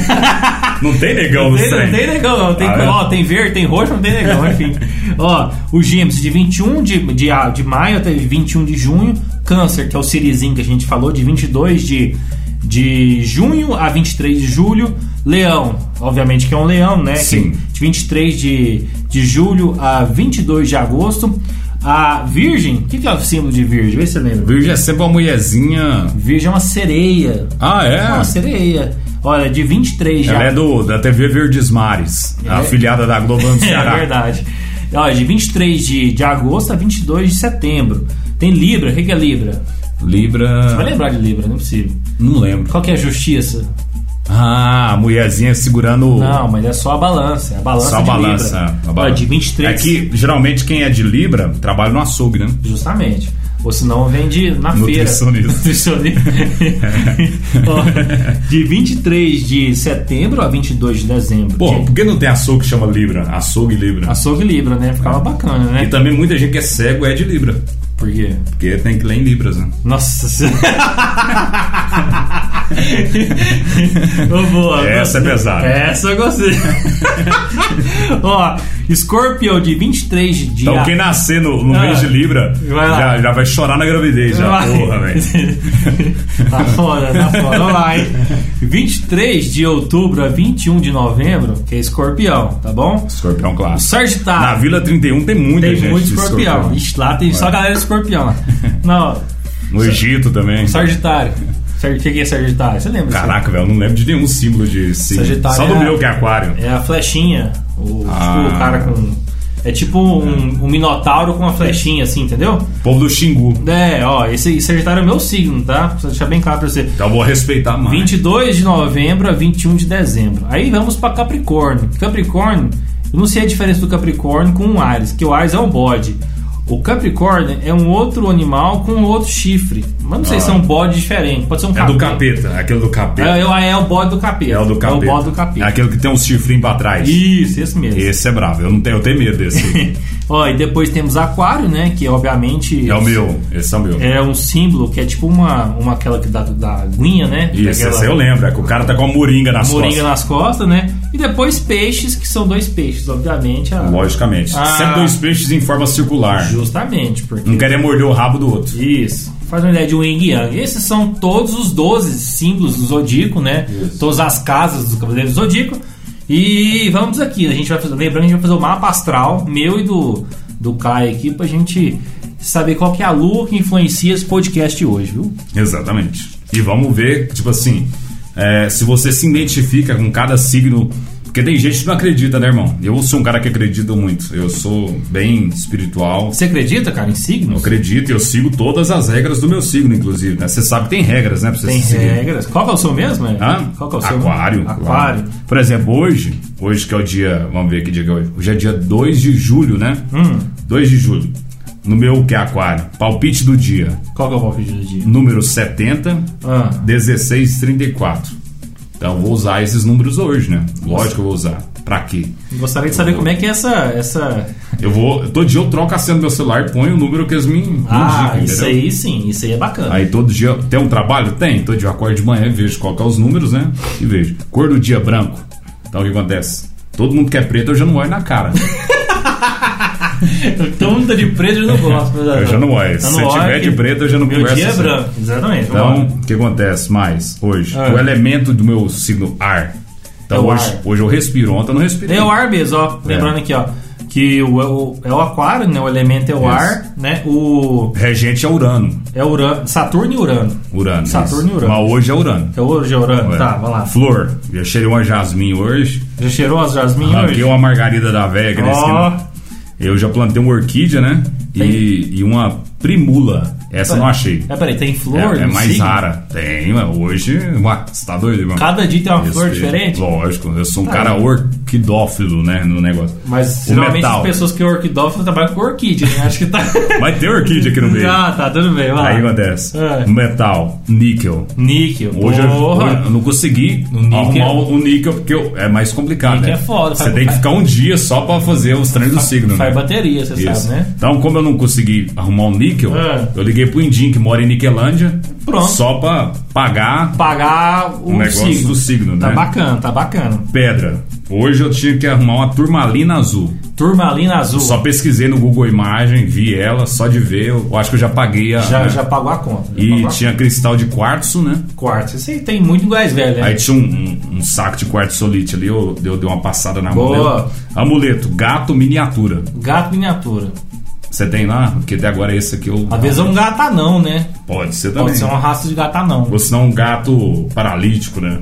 [SPEAKER 2] Não tem negão no
[SPEAKER 1] Tem-
[SPEAKER 2] trem.
[SPEAKER 1] não tem negão, não. Tem,
[SPEAKER 2] Ah, é?
[SPEAKER 1] ó, tem verde, tem roxo, não tem negão, enfim. ó, o Gêmeos de 21 de, de, ah, de maio até 21 de junho. Câncer, que é o Sirizinho que a gente falou, de 22 de, de junho a 23 de julho. Leão, obviamente que é um leão, né?
[SPEAKER 2] Sim.
[SPEAKER 1] Que- de 23 de, de julho a 22 de agosto. A Virgem, o que, que é o símbolo de Virgem? Vê se você lembra.
[SPEAKER 2] Virgem é sempre uma mulherzinha.
[SPEAKER 1] Virgem é uma sereia.
[SPEAKER 2] Ah, é?
[SPEAKER 1] Uma sereia. Olha, de 23 de
[SPEAKER 2] Ela é do, da TV Verdes Mares, a afiliada da Globo do Ceará.
[SPEAKER 1] É verdade. Ó, de 23 de, de agosto a 22 de setembro. Tem Libra. O que que é Libra?
[SPEAKER 2] Libra.
[SPEAKER 1] Vai lembrar de Libra, não é possível.
[SPEAKER 2] Não lembro.
[SPEAKER 1] Qual que é a justiça?
[SPEAKER 2] Ah, a mulherzinha segurando.
[SPEAKER 1] Não, mas é só a balança. É a balança
[SPEAKER 2] Só a
[SPEAKER 1] de
[SPEAKER 2] balança.
[SPEAKER 1] Libra.
[SPEAKER 2] a
[SPEAKER 1] Ó,
[SPEAKER 2] balança.
[SPEAKER 1] de 23...
[SPEAKER 2] É que geralmente quem é de Libra trabalha no açougue, né?
[SPEAKER 1] Justamente. Ou senão vende na
[SPEAKER 2] Nutricionista.
[SPEAKER 1] feira. Nutricionista. Ó, de 23 de setembro a 22 de dezembro.
[SPEAKER 2] Pô,
[SPEAKER 1] de...
[SPEAKER 2] por que não tem açougue que chama Libra? Açougue Libra.
[SPEAKER 1] Açougue Libra, né? Ficava bacana,
[SPEAKER 2] E
[SPEAKER 1] né?
[SPEAKER 2] também muita gente que é cego é de Libra.
[SPEAKER 1] Por quê?
[SPEAKER 2] Porque tem que ler em Libras, né?
[SPEAKER 1] Nossa senhora. Ô, boa,
[SPEAKER 2] Essa é pesada.
[SPEAKER 1] Essa eu gostei. Ó, Scorpion de 23 de dia.
[SPEAKER 2] Então quem nascer no, no
[SPEAKER 1] Ah.
[SPEAKER 2] mês de Libra
[SPEAKER 1] Vai lá.
[SPEAKER 2] já, já vai chorar na gravidez, já.
[SPEAKER 1] Vai.
[SPEAKER 2] Porra, velho.
[SPEAKER 1] tá fora, tá fora. Vamos lá, hein? 23 de outubro a 21 de novembro, que é escorpião, tá bom?
[SPEAKER 2] Escorpião clássico.
[SPEAKER 1] Sagitário.
[SPEAKER 2] Na Vila 31 tem muita
[SPEAKER 1] Ah, tem
[SPEAKER 2] gente.
[SPEAKER 1] muito
[SPEAKER 2] de
[SPEAKER 1] escorpião. Ixi, lá tem só galera de escorpião. lá. Não,
[SPEAKER 2] No Egito também.
[SPEAKER 1] Sagitário. Sag- O que que é Sagitário? Você lembra?
[SPEAKER 2] Caraca, velho, eu não lembro de nenhum símbolo de signo.
[SPEAKER 1] Sagitário
[SPEAKER 2] Só do
[SPEAKER 1] é-
[SPEAKER 2] meu que é aquário.
[SPEAKER 1] É a flechinha. O,
[SPEAKER 2] Ah.
[SPEAKER 1] tipo, o cara com. É tipo um, um minotauro com uma flechinha, assim, entendeu?
[SPEAKER 2] Povo do Xingu.
[SPEAKER 1] É, ó, esse Sagitário é o meu signo, tá? Pra deixar bem claro pra você.
[SPEAKER 2] Então eu vou respeitar mais.
[SPEAKER 1] 22 de novembro a 21 de dezembro. Aí vamos pra Capricórnio. Capricórnio, eu não sei a diferença do Capricórnio com o Ares, que o Ares é um bode. O Capricórnio é um outro animal com um outro chifre. Mas não sei se é um bode diferente. Pode ser um
[SPEAKER 2] Ah. É do capeta, aquele do capeta.
[SPEAKER 1] É, é, é o bode do capeta.
[SPEAKER 2] É o do capeta.
[SPEAKER 1] É o bode do capeta.
[SPEAKER 2] É aquele que tem um chifrinho pra trás.
[SPEAKER 1] Isso, esse mesmo.
[SPEAKER 2] Esse é bravo, eu, não tenho, eu tenho medo desse.
[SPEAKER 1] Ó, e depois temos Aquário, né? Que obviamente.
[SPEAKER 2] é o meu, esse é o meu.
[SPEAKER 1] É um símbolo que é tipo uma, uma aquela que dá da aguinha, né?
[SPEAKER 2] Isso,
[SPEAKER 1] Daquela
[SPEAKER 2] esse eu lembro, é que o cara tá com a moringa nas
[SPEAKER 1] Moringa
[SPEAKER 2] costas.
[SPEAKER 1] nas costas, né? E depois peixes, que são dois peixes, obviamente. a-
[SPEAKER 2] Logicamente.
[SPEAKER 1] Ah.
[SPEAKER 2] Sempre dois peixes em forma circular.
[SPEAKER 1] Justamente, porque.
[SPEAKER 2] Um querer morder o rabo do outro.
[SPEAKER 1] Isso. Faz uma ideia de um yin e yang. Esses são todos os 12 símbolos do zodíaco, né? Todas as casas do Cavaleiro do Zodíaco. E vamos aqui, a gente vai fazer, lembrando, a gente vai fazer o mapa astral, meu e do, do Caio aqui, pra gente saber qual que é a lua que influencia esse podcast hoje, viu?
[SPEAKER 2] Exatamente. E vamos ver, tipo assim, é, se você se identifica com cada signo. Porque tem gente que não acredita, né, irmão? Eu sou um cara que acredita muito. Eu sou bem espiritual.
[SPEAKER 1] Você acredita, cara, em
[SPEAKER 2] Eu
[SPEAKER 1] signos?
[SPEAKER 2] acredito e eu sigo todas as regras do meu signo, inclusive. né? Você sabe que tem regras, né? Pra você
[SPEAKER 1] Tem
[SPEAKER 2] se seguir.
[SPEAKER 1] regras. Qual que é o seu mesmo? é?
[SPEAKER 2] Hã?
[SPEAKER 1] Qual que é o seu
[SPEAKER 2] Ah, Aquário.
[SPEAKER 1] mesmo?
[SPEAKER 2] claro.
[SPEAKER 1] Aquário.
[SPEAKER 2] Por exemplo, hoje, hoje que é o dia, vamos ver que dia que é hoje. Hoje é dia 2 de julho, né?
[SPEAKER 1] Hum.
[SPEAKER 2] 2 de julho. No meu que é aquário. Palpite do dia,
[SPEAKER 1] Qual que é o palpite do dia?
[SPEAKER 2] número 70,
[SPEAKER 1] Ah.
[SPEAKER 2] 16, 34. Então eu vou usar esses números hoje, né? Lógico que eu vou usar. Pra quê?
[SPEAKER 1] Gostaria de saber como é que é essa. essa...
[SPEAKER 2] Eu vou. Todo dia eu troco a senha do meu celular e ponho o número que eles me me indicam,
[SPEAKER 1] Ah, isso
[SPEAKER 2] entendeu?
[SPEAKER 1] aí sim, isso aí é bacana.
[SPEAKER 2] Aí todo dia. Tem um trabalho? Tem. Todo dia eu acordo de manhã, vejo qual que é os números, né? E vejo. Cor do dia branco. Então o que acontece? Todo mundo que é preto eu já não olho na cara.
[SPEAKER 1] Todo mundo tá de preto, eu não gosto. mas-
[SPEAKER 2] Eu já não olho.
[SPEAKER 1] Tá no
[SPEAKER 2] Se tiver
[SPEAKER 1] orc,
[SPEAKER 2] de preto eu já não
[SPEAKER 1] Meu
[SPEAKER 2] converso
[SPEAKER 1] dia é
[SPEAKER 2] assim.
[SPEAKER 1] branco, exatamente.
[SPEAKER 2] Então,
[SPEAKER 1] vambora.
[SPEAKER 2] o que acontece mais hoje?
[SPEAKER 1] Ah.
[SPEAKER 2] O elemento do meu signo ar. Então
[SPEAKER 1] É o
[SPEAKER 2] hoje,
[SPEAKER 1] ar.
[SPEAKER 2] hoje eu respiro, ontem eu não respirei.
[SPEAKER 1] É o ar mesmo, ó. Lembrando aqui, ó. Que o, o- é o aquário, né? O elemento é o
[SPEAKER 2] Isso.
[SPEAKER 1] ar, né? O.
[SPEAKER 2] Regente é Urano.
[SPEAKER 1] É Urano. Saturno e Urano.
[SPEAKER 2] Urano.
[SPEAKER 1] Saturno
[SPEAKER 2] isso.
[SPEAKER 1] e Urano.
[SPEAKER 2] Mas hoje é Urano.
[SPEAKER 1] É hoje é Urano.
[SPEAKER 2] É.
[SPEAKER 1] Tá, vai lá.
[SPEAKER 2] Flor. Eu cheirei uma jasmim hoje.
[SPEAKER 1] Já cheirou as jasmin hoje?
[SPEAKER 2] Arranquei uma margarida da velha aqui na
[SPEAKER 1] Ó.
[SPEAKER 2] esquina. Eu já plantei uma orquídea, né? E, e uma primula. Essa eu não achei.
[SPEAKER 1] É, peraí, tem
[SPEAKER 2] É,
[SPEAKER 1] flor?
[SPEAKER 2] é
[SPEAKER 1] no
[SPEAKER 2] mais
[SPEAKER 1] signo?
[SPEAKER 2] rara. Tem, ué, hoje. Ué, você tá doido, irmão?
[SPEAKER 1] Cada dia tem uma flor
[SPEAKER 2] Respeito.
[SPEAKER 1] diferente? Tá.
[SPEAKER 2] Lógico, eu sou um cara orquidófilo, né? No negócio.
[SPEAKER 1] Mas
[SPEAKER 2] o
[SPEAKER 1] geralmente
[SPEAKER 2] metal.
[SPEAKER 1] as pessoas que orquidófilas trabalham com orquídea, né? Acho que tá.
[SPEAKER 2] Vai ter orquídea aqui no meio.
[SPEAKER 1] Ah, tá, tudo bem, vai lá.
[SPEAKER 2] Aí acontece.
[SPEAKER 1] É.
[SPEAKER 2] Metal, níquel.
[SPEAKER 1] Níquel.
[SPEAKER 2] Hoje eu,
[SPEAKER 1] Porra.
[SPEAKER 2] hoje eu não consegui
[SPEAKER 1] níquel.
[SPEAKER 2] arrumar o o níquel, porque eu- é mais complicado,
[SPEAKER 1] Níquel
[SPEAKER 2] né?
[SPEAKER 1] é foda,
[SPEAKER 2] Você
[SPEAKER 1] faz-
[SPEAKER 2] tem que ficar um dia só pra fazer os treinos do signo,
[SPEAKER 1] Faz
[SPEAKER 2] né?
[SPEAKER 1] bateria, você
[SPEAKER 2] Isso.
[SPEAKER 1] sabe, né?
[SPEAKER 2] Então, como eu não consegui arrumar um níquel,
[SPEAKER 1] É.
[SPEAKER 2] eu liguei pro Indim, que mora em Niquelândia,
[SPEAKER 1] Pronto.
[SPEAKER 2] só pra pagar
[SPEAKER 1] Pagar o,
[SPEAKER 2] o negócio
[SPEAKER 1] signo.
[SPEAKER 2] do signo,
[SPEAKER 1] Tá
[SPEAKER 2] né?
[SPEAKER 1] bacana, tá bacana.
[SPEAKER 2] Pedra. Hoje eu tinha que arrumar uma turmalina azul.
[SPEAKER 1] Turmalina azul.
[SPEAKER 2] Só pesquisei no Google Imagem, vi ela, só de ver, eu acho que eu já paguei a.
[SPEAKER 1] já,
[SPEAKER 2] né?
[SPEAKER 1] já pagou a conta. já
[SPEAKER 2] E
[SPEAKER 1] pagou a
[SPEAKER 2] tinha cristal de quartzo, né?
[SPEAKER 1] quarto. Isso aí tem muito em gás velho, né?
[SPEAKER 2] Aí tinha um, um- um saco de quartzolite ali, eu, eu dei uma passada na
[SPEAKER 1] Boa.
[SPEAKER 2] muleta. Amuleto, gato miniatura.
[SPEAKER 1] Gato miniatura.
[SPEAKER 2] Você tem lá? Porque até agora esse aqui eu.
[SPEAKER 1] Às vezes é um gato anão, né?
[SPEAKER 2] Pode ser também.
[SPEAKER 1] Pode ser uma raça de gato anão.
[SPEAKER 2] Ou senão um gato paralítico, né?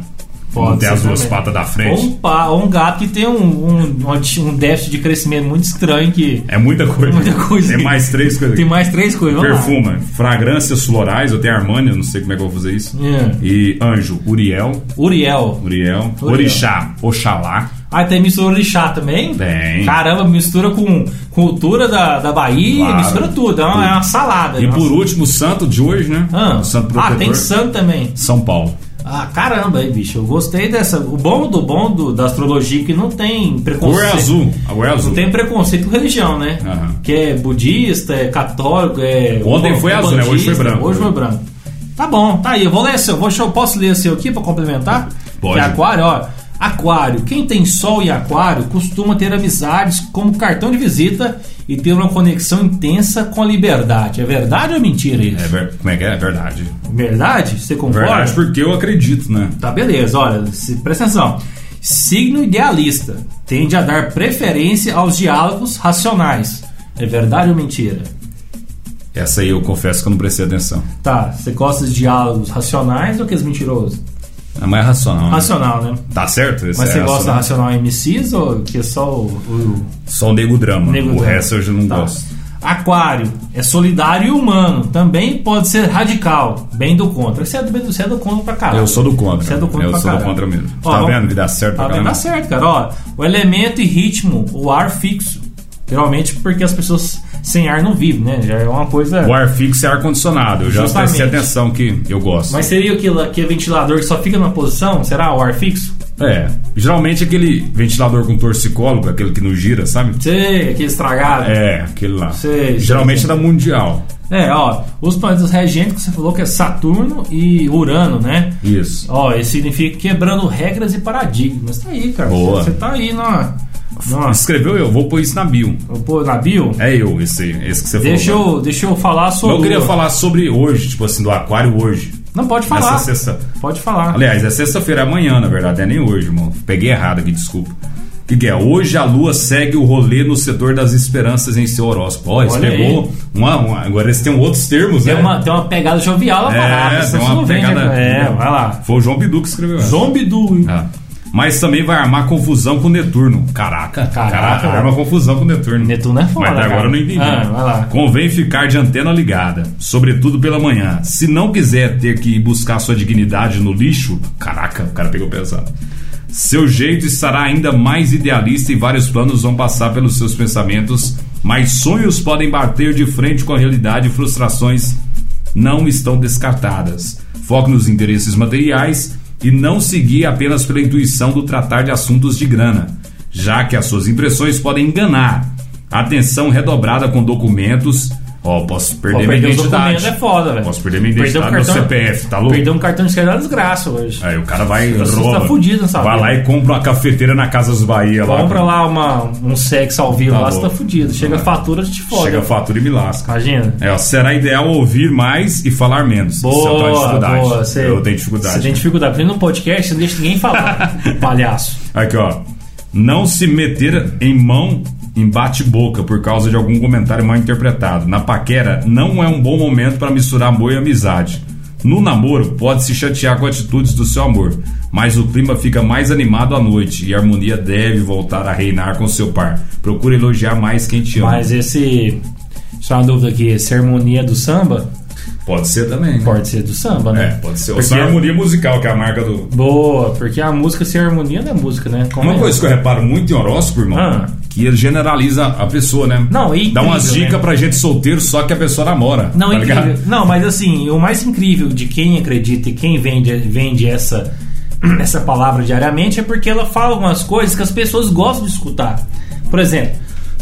[SPEAKER 1] Pode
[SPEAKER 2] Não tem
[SPEAKER 1] ser
[SPEAKER 2] as duas
[SPEAKER 1] também.
[SPEAKER 2] patas da
[SPEAKER 1] Ou
[SPEAKER 2] frente.
[SPEAKER 1] um, pa- ou um gato que tem um, um, um ati- um déficit de crescimento muito estranho que
[SPEAKER 2] É muita coisa.
[SPEAKER 1] Muita coisa.
[SPEAKER 2] Tem mais três coisas.
[SPEAKER 1] tem mais três coisas. Vamos lá.
[SPEAKER 2] Perfuma, fragrâncias florais, eu tenho Armani, eu não sei como é que eu vou fazer isso.
[SPEAKER 1] É.
[SPEAKER 2] E anjo, Uriel.
[SPEAKER 1] Uriel.
[SPEAKER 2] Uriel. Orixá, Oxalá.
[SPEAKER 1] Ah, tem mistura de chá também?
[SPEAKER 2] Tem.
[SPEAKER 1] Caramba, mistura com cultura da, da Bahia,
[SPEAKER 2] Claro.
[SPEAKER 1] mistura tudo. É uma, é uma salada.
[SPEAKER 2] E
[SPEAKER 1] Nossa.
[SPEAKER 2] por último, o santo de hoje, né?
[SPEAKER 1] Ah,
[SPEAKER 2] O santo
[SPEAKER 1] ah,
[SPEAKER 2] protetor.
[SPEAKER 1] tem santo também.
[SPEAKER 2] São Paulo.
[SPEAKER 1] Ah, caramba, aí, bicho. Eu gostei dessa. O bom do bom do, da astrologia é que não tem preconceito.
[SPEAKER 2] Cor é azul. A cor é azul.
[SPEAKER 1] Não tem preconceito com religião, né?
[SPEAKER 2] Aham.
[SPEAKER 1] Que é budista, é católico, é.
[SPEAKER 2] Ontem foi azul, né? Hoje foi
[SPEAKER 1] umbandista,
[SPEAKER 2] branco.
[SPEAKER 1] Hoje foi branco. Tá bom, tá aí. Eu vou ler seu. Vou, eu posso ler seu aqui pra complementar?
[SPEAKER 2] Pode.
[SPEAKER 1] Que é aquário, ó. Aquário. Quem tem sol e aquário costuma ter amizades como cartão de visita e ter uma conexão intensa com a liberdade. É verdade ou é mentira
[SPEAKER 2] É
[SPEAKER 1] isso?
[SPEAKER 2] ver- Como é que é? É verdade.
[SPEAKER 1] Verdade? Você concorda?
[SPEAKER 2] Verdade, porque eu acredito, né?
[SPEAKER 1] Tá, beleza. Olha, se, presta atenção. Signo idealista tende a dar preferência aos diálogos racionais. É verdade ou mentira?
[SPEAKER 2] Essa aí eu confesso que eu não prestei atenção.
[SPEAKER 1] Tá, você gosta de diálogos racionais ou aqueles mentirosos?
[SPEAKER 2] É mais racional. né?
[SPEAKER 1] Racional, né?
[SPEAKER 2] Tá certo? Esse
[SPEAKER 1] Mas
[SPEAKER 2] é
[SPEAKER 1] você gosta
[SPEAKER 2] racional.
[SPEAKER 1] racional MCs ou que é só o, o
[SPEAKER 2] Só o nego drama.
[SPEAKER 1] nego
[SPEAKER 2] o
[SPEAKER 1] drama?
[SPEAKER 2] resto eu já não
[SPEAKER 1] Tá.
[SPEAKER 2] gosto.
[SPEAKER 1] Aquário é solidário e humano. Também pode ser radical. Bem do contra. Você é do, você é do contra pra caralho.
[SPEAKER 2] Eu sou do contra.
[SPEAKER 1] Você é do contra
[SPEAKER 2] eu
[SPEAKER 1] pra
[SPEAKER 2] sou do
[SPEAKER 1] caralho.
[SPEAKER 2] contra mesmo.
[SPEAKER 1] Ó,
[SPEAKER 2] tá
[SPEAKER 1] vamos-
[SPEAKER 2] vendo que dá certo
[SPEAKER 1] Tá
[SPEAKER 2] pra
[SPEAKER 1] bem,
[SPEAKER 2] caramba?
[SPEAKER 1] tá certo, cara. Ó, o elemento e ritmo, o ar fixo. Geralmente porque as pessoas sem ar não vivem, né? Já é uma coisa.
[SPEAKER 2] O ar fixo é ar condicionado. Eu já
[SPEAKER 1] Justamente.
[SPEAKER 2] prestei atenção que eu gosto.
[SPEAKER 1] Mas seria aquele, aquele ventilador que só fica numa posição? Será o ar fixo?
[SPEAKER 2] É. Geralmente aquele ventilador com torcicólogo, aquele que não gira, sabe?
[SPEAKER 1] Sei, aquele estragado.
[SPEAKER 2] É, aquele lá.
[SPEAKER 1] Sei, sei.
[SPEAKER 2] Geralmente é da mundial.
[SPEAKER 1] É, ó. Os planetas regentes que você falou que é Saturno e Urano, né?
[SPEAKER 2] Isso.
[SPEAKER 1] Ó, isso significa quebrando regras e paradigmas. Tá aí, cara.
[SPEAKER 2] Boa.
[SPEAKER 1] Você você tá aí na. na
[SPEAKER 2] Ah, Escreveu eu, vou pôr isso na bio.
[SPEAKER 1] pô, na bio?
[SPEAKER 2] É eu, esse, esse que você
[SPEAKER 1] Deixa
[SPEAKER 2] falou.
[SPEAKER 1] eu, deixa eu falar sobre.
[SPEAKER 2] Eu queria
[SPEAKER 1] Lua.
[SPEAKER 2] falar sobre hoje, tipo assim, do aquário hoje.
[SPEAKER 1] Não, pode
[SPEAKER 2] Nessa
[SPEAKER 1] falar.
[SPEAKER 2] sexta.
[SPEAKER 1] Pode falar.
[SPEAKER 2] Aliás, é sexta-feira é amanhã, na verdade, é nem hoje, irmão. Peguei errado aqui, desculpa. O que, que é? Hoje a lua segue o rolê no setor das esperanças em seu horóscopo. Ó, eles
[SPEAKER 1] Olha
[SPEAKER 2] pegou uma, uma- Agora eles têm outros termos,
[SPEAKER 1] Tem
[SPEAKER 2] né?
[SPEAKER 1] uma, tem uma pegada jovial na
[SPEAKER 2] É,
[SPEAKER 1] parada.
[SPEAKER 2] tem
[SPEAKER 1] isso
[SPEAKER 2] uma
[SPEAKER 1] não vende,
[SPEAKER 2] pegada-
[SPEAKER 1] É, vai lá.
[SPEAKER 2] Foi o João Bidu que escreveu. essa.
[SPEAKER 1] Zombidu, hein?
[SPEAKER 2] Ah. Mas também vai armar confusão com o Neturno. Caraca,
[SPEAKER 1] Caraca,
[SPEAKER 2] caraca
[SPEAKER 1] mano.
[SPEAKER 2] arma confusão com o Neturno.
[SPEAKER 1] Netuno é foda,
[SPEAKER 2] Mas até agora
[SPEAKER 1] cara.
[SPEAKER 2] eu não entendi.
[SPEAKER 1] Ah, vai lá.
[SPEAKER 2] Convém ficar de antena ligada, sobretudo pela manhã. Se não quiser ter que ir buscar sua dignidade no lixo, caraca, o cara pegou pesado. Seu jeito estará ainda mais idealista e vários planos vão passar pelos seus pensamentos, mas sonhos podem bater de frente com a realidade e frustrações não estão descartadas. Foque nos interesses materiais e não seguir apenas pela intuição do tratar de assuntos de grana. já que as suas impressões podem enganar. Atenção redobrada com documentos. Ó, posso perder minha
[SPEAKER 1] perder os documentos
[SPEAKER 2] identidade.
[SPEAKER 1] é foda, velho.
[SPEAKER 2] Posso perder minha
[SPEAKER 1] Perder
[SPEAKER 2] identidade,
[SPEAKER 1] o
[SPEAKER 2] meu
[SPEAKER 1] cartão-
[SPEAKER 2] CPF, tá louco?
[SPEAKER 1] Perder um cartão de crédito é uma desgraça hoje.
[SPEAKER 2] Aí o cara vai e
[SPEAKER 1] Você
[SPEAKER 2] rouba.
[SPEAKER 1] tá fudido nessa
[SPEAKER 2] vai
[SPEAKER 1] vida.
[SPEAKER 2] lá e compra uma cafeteira na Casas Bahia lá.
[SPEAKER 1] Compra lá uma, um sexo ao vivo
[SPEAKER 2] Tá
[SPEAKER 1] lá, você tá
[SPEAKER 2] louco.
[SPEAKER 1] fudido. Chega a fatura, te foda.
[SPEAKER 2] Chega a fatura e me lasca.
[SPEAKER 1] Imagina.
[SPEAKER 2] É, ó, será ideal ouvir mais e falar menos. Isso é eu tenho
[SPEAKER 1] Boa,
[SPEAKER 2] tá dificuldade.
[SPEAKER 1] boa. Você,
[SPEAKER 2] eu tenho dificuldade.
[SPEAKER 1] Você tem dificuldade. Porque no podcast você não deixa ninguém falar, palhaço.
[SPEAKER 2] Aqui, ó. Não se meter em mão em bate-boca por causa de algum comentário mal interpretado. Na paquera, não é um bom momento para misturar amor e amizade. No namoro, pode se chatear com atitudes do seu amor, mas o clima fica mais animado à noite e a harmonia deve voltar a reinar com seu par. Procure elogiar mais quem te ama.
[SPEAKER 1] Mas esse. Só uma dúvida aqui, essa harmonia do samba
[SPEAKER 2] Pode ser também. né?
[SPEAKER 1] pode ser do samba,
[SPEAKER 2] É,
[SPEAKER 1] né?
[SPEAKER 2] pode ser. Ou
[SPEAKER 1] Porque-
[SPEAKER 2] só a harmonia musical, que é a marca do.
[SPEAKER 1] Boa, porque a música sem harmonia não é música, né? Como
[SPEAKER 2] Uma
[SPEAKER 1] é?
[SPEAKER 2] coisa que eu reparo muito em horóscopo, irmão,
[SPEAKER 1] Ah.
[SPEAKER 2] que ele generaliza a pessoa, né?
[SPEAKER 1] Não, e
[SPEAKER 2] Dá umas
[SPEAKER 1] incrível,
[SPEAKER 2] dicas
[SPEAKER 1] né?
[SPEAKER 2] pra gente solteiro, só que a pessoa namora.
[SPEAKER 1] Não,
[SPEAKER 2] tá
[SPEAKER 1] incrível.
[SPEAKER 2] ligado?
[SPEAKER 1] Não, mas assim, o mais incrível de quem acredita e quem vende, vende essa, essa palavra diariamente é porque ela fala algumas coisas que as pessoas gostam de escutar. Por exemplo,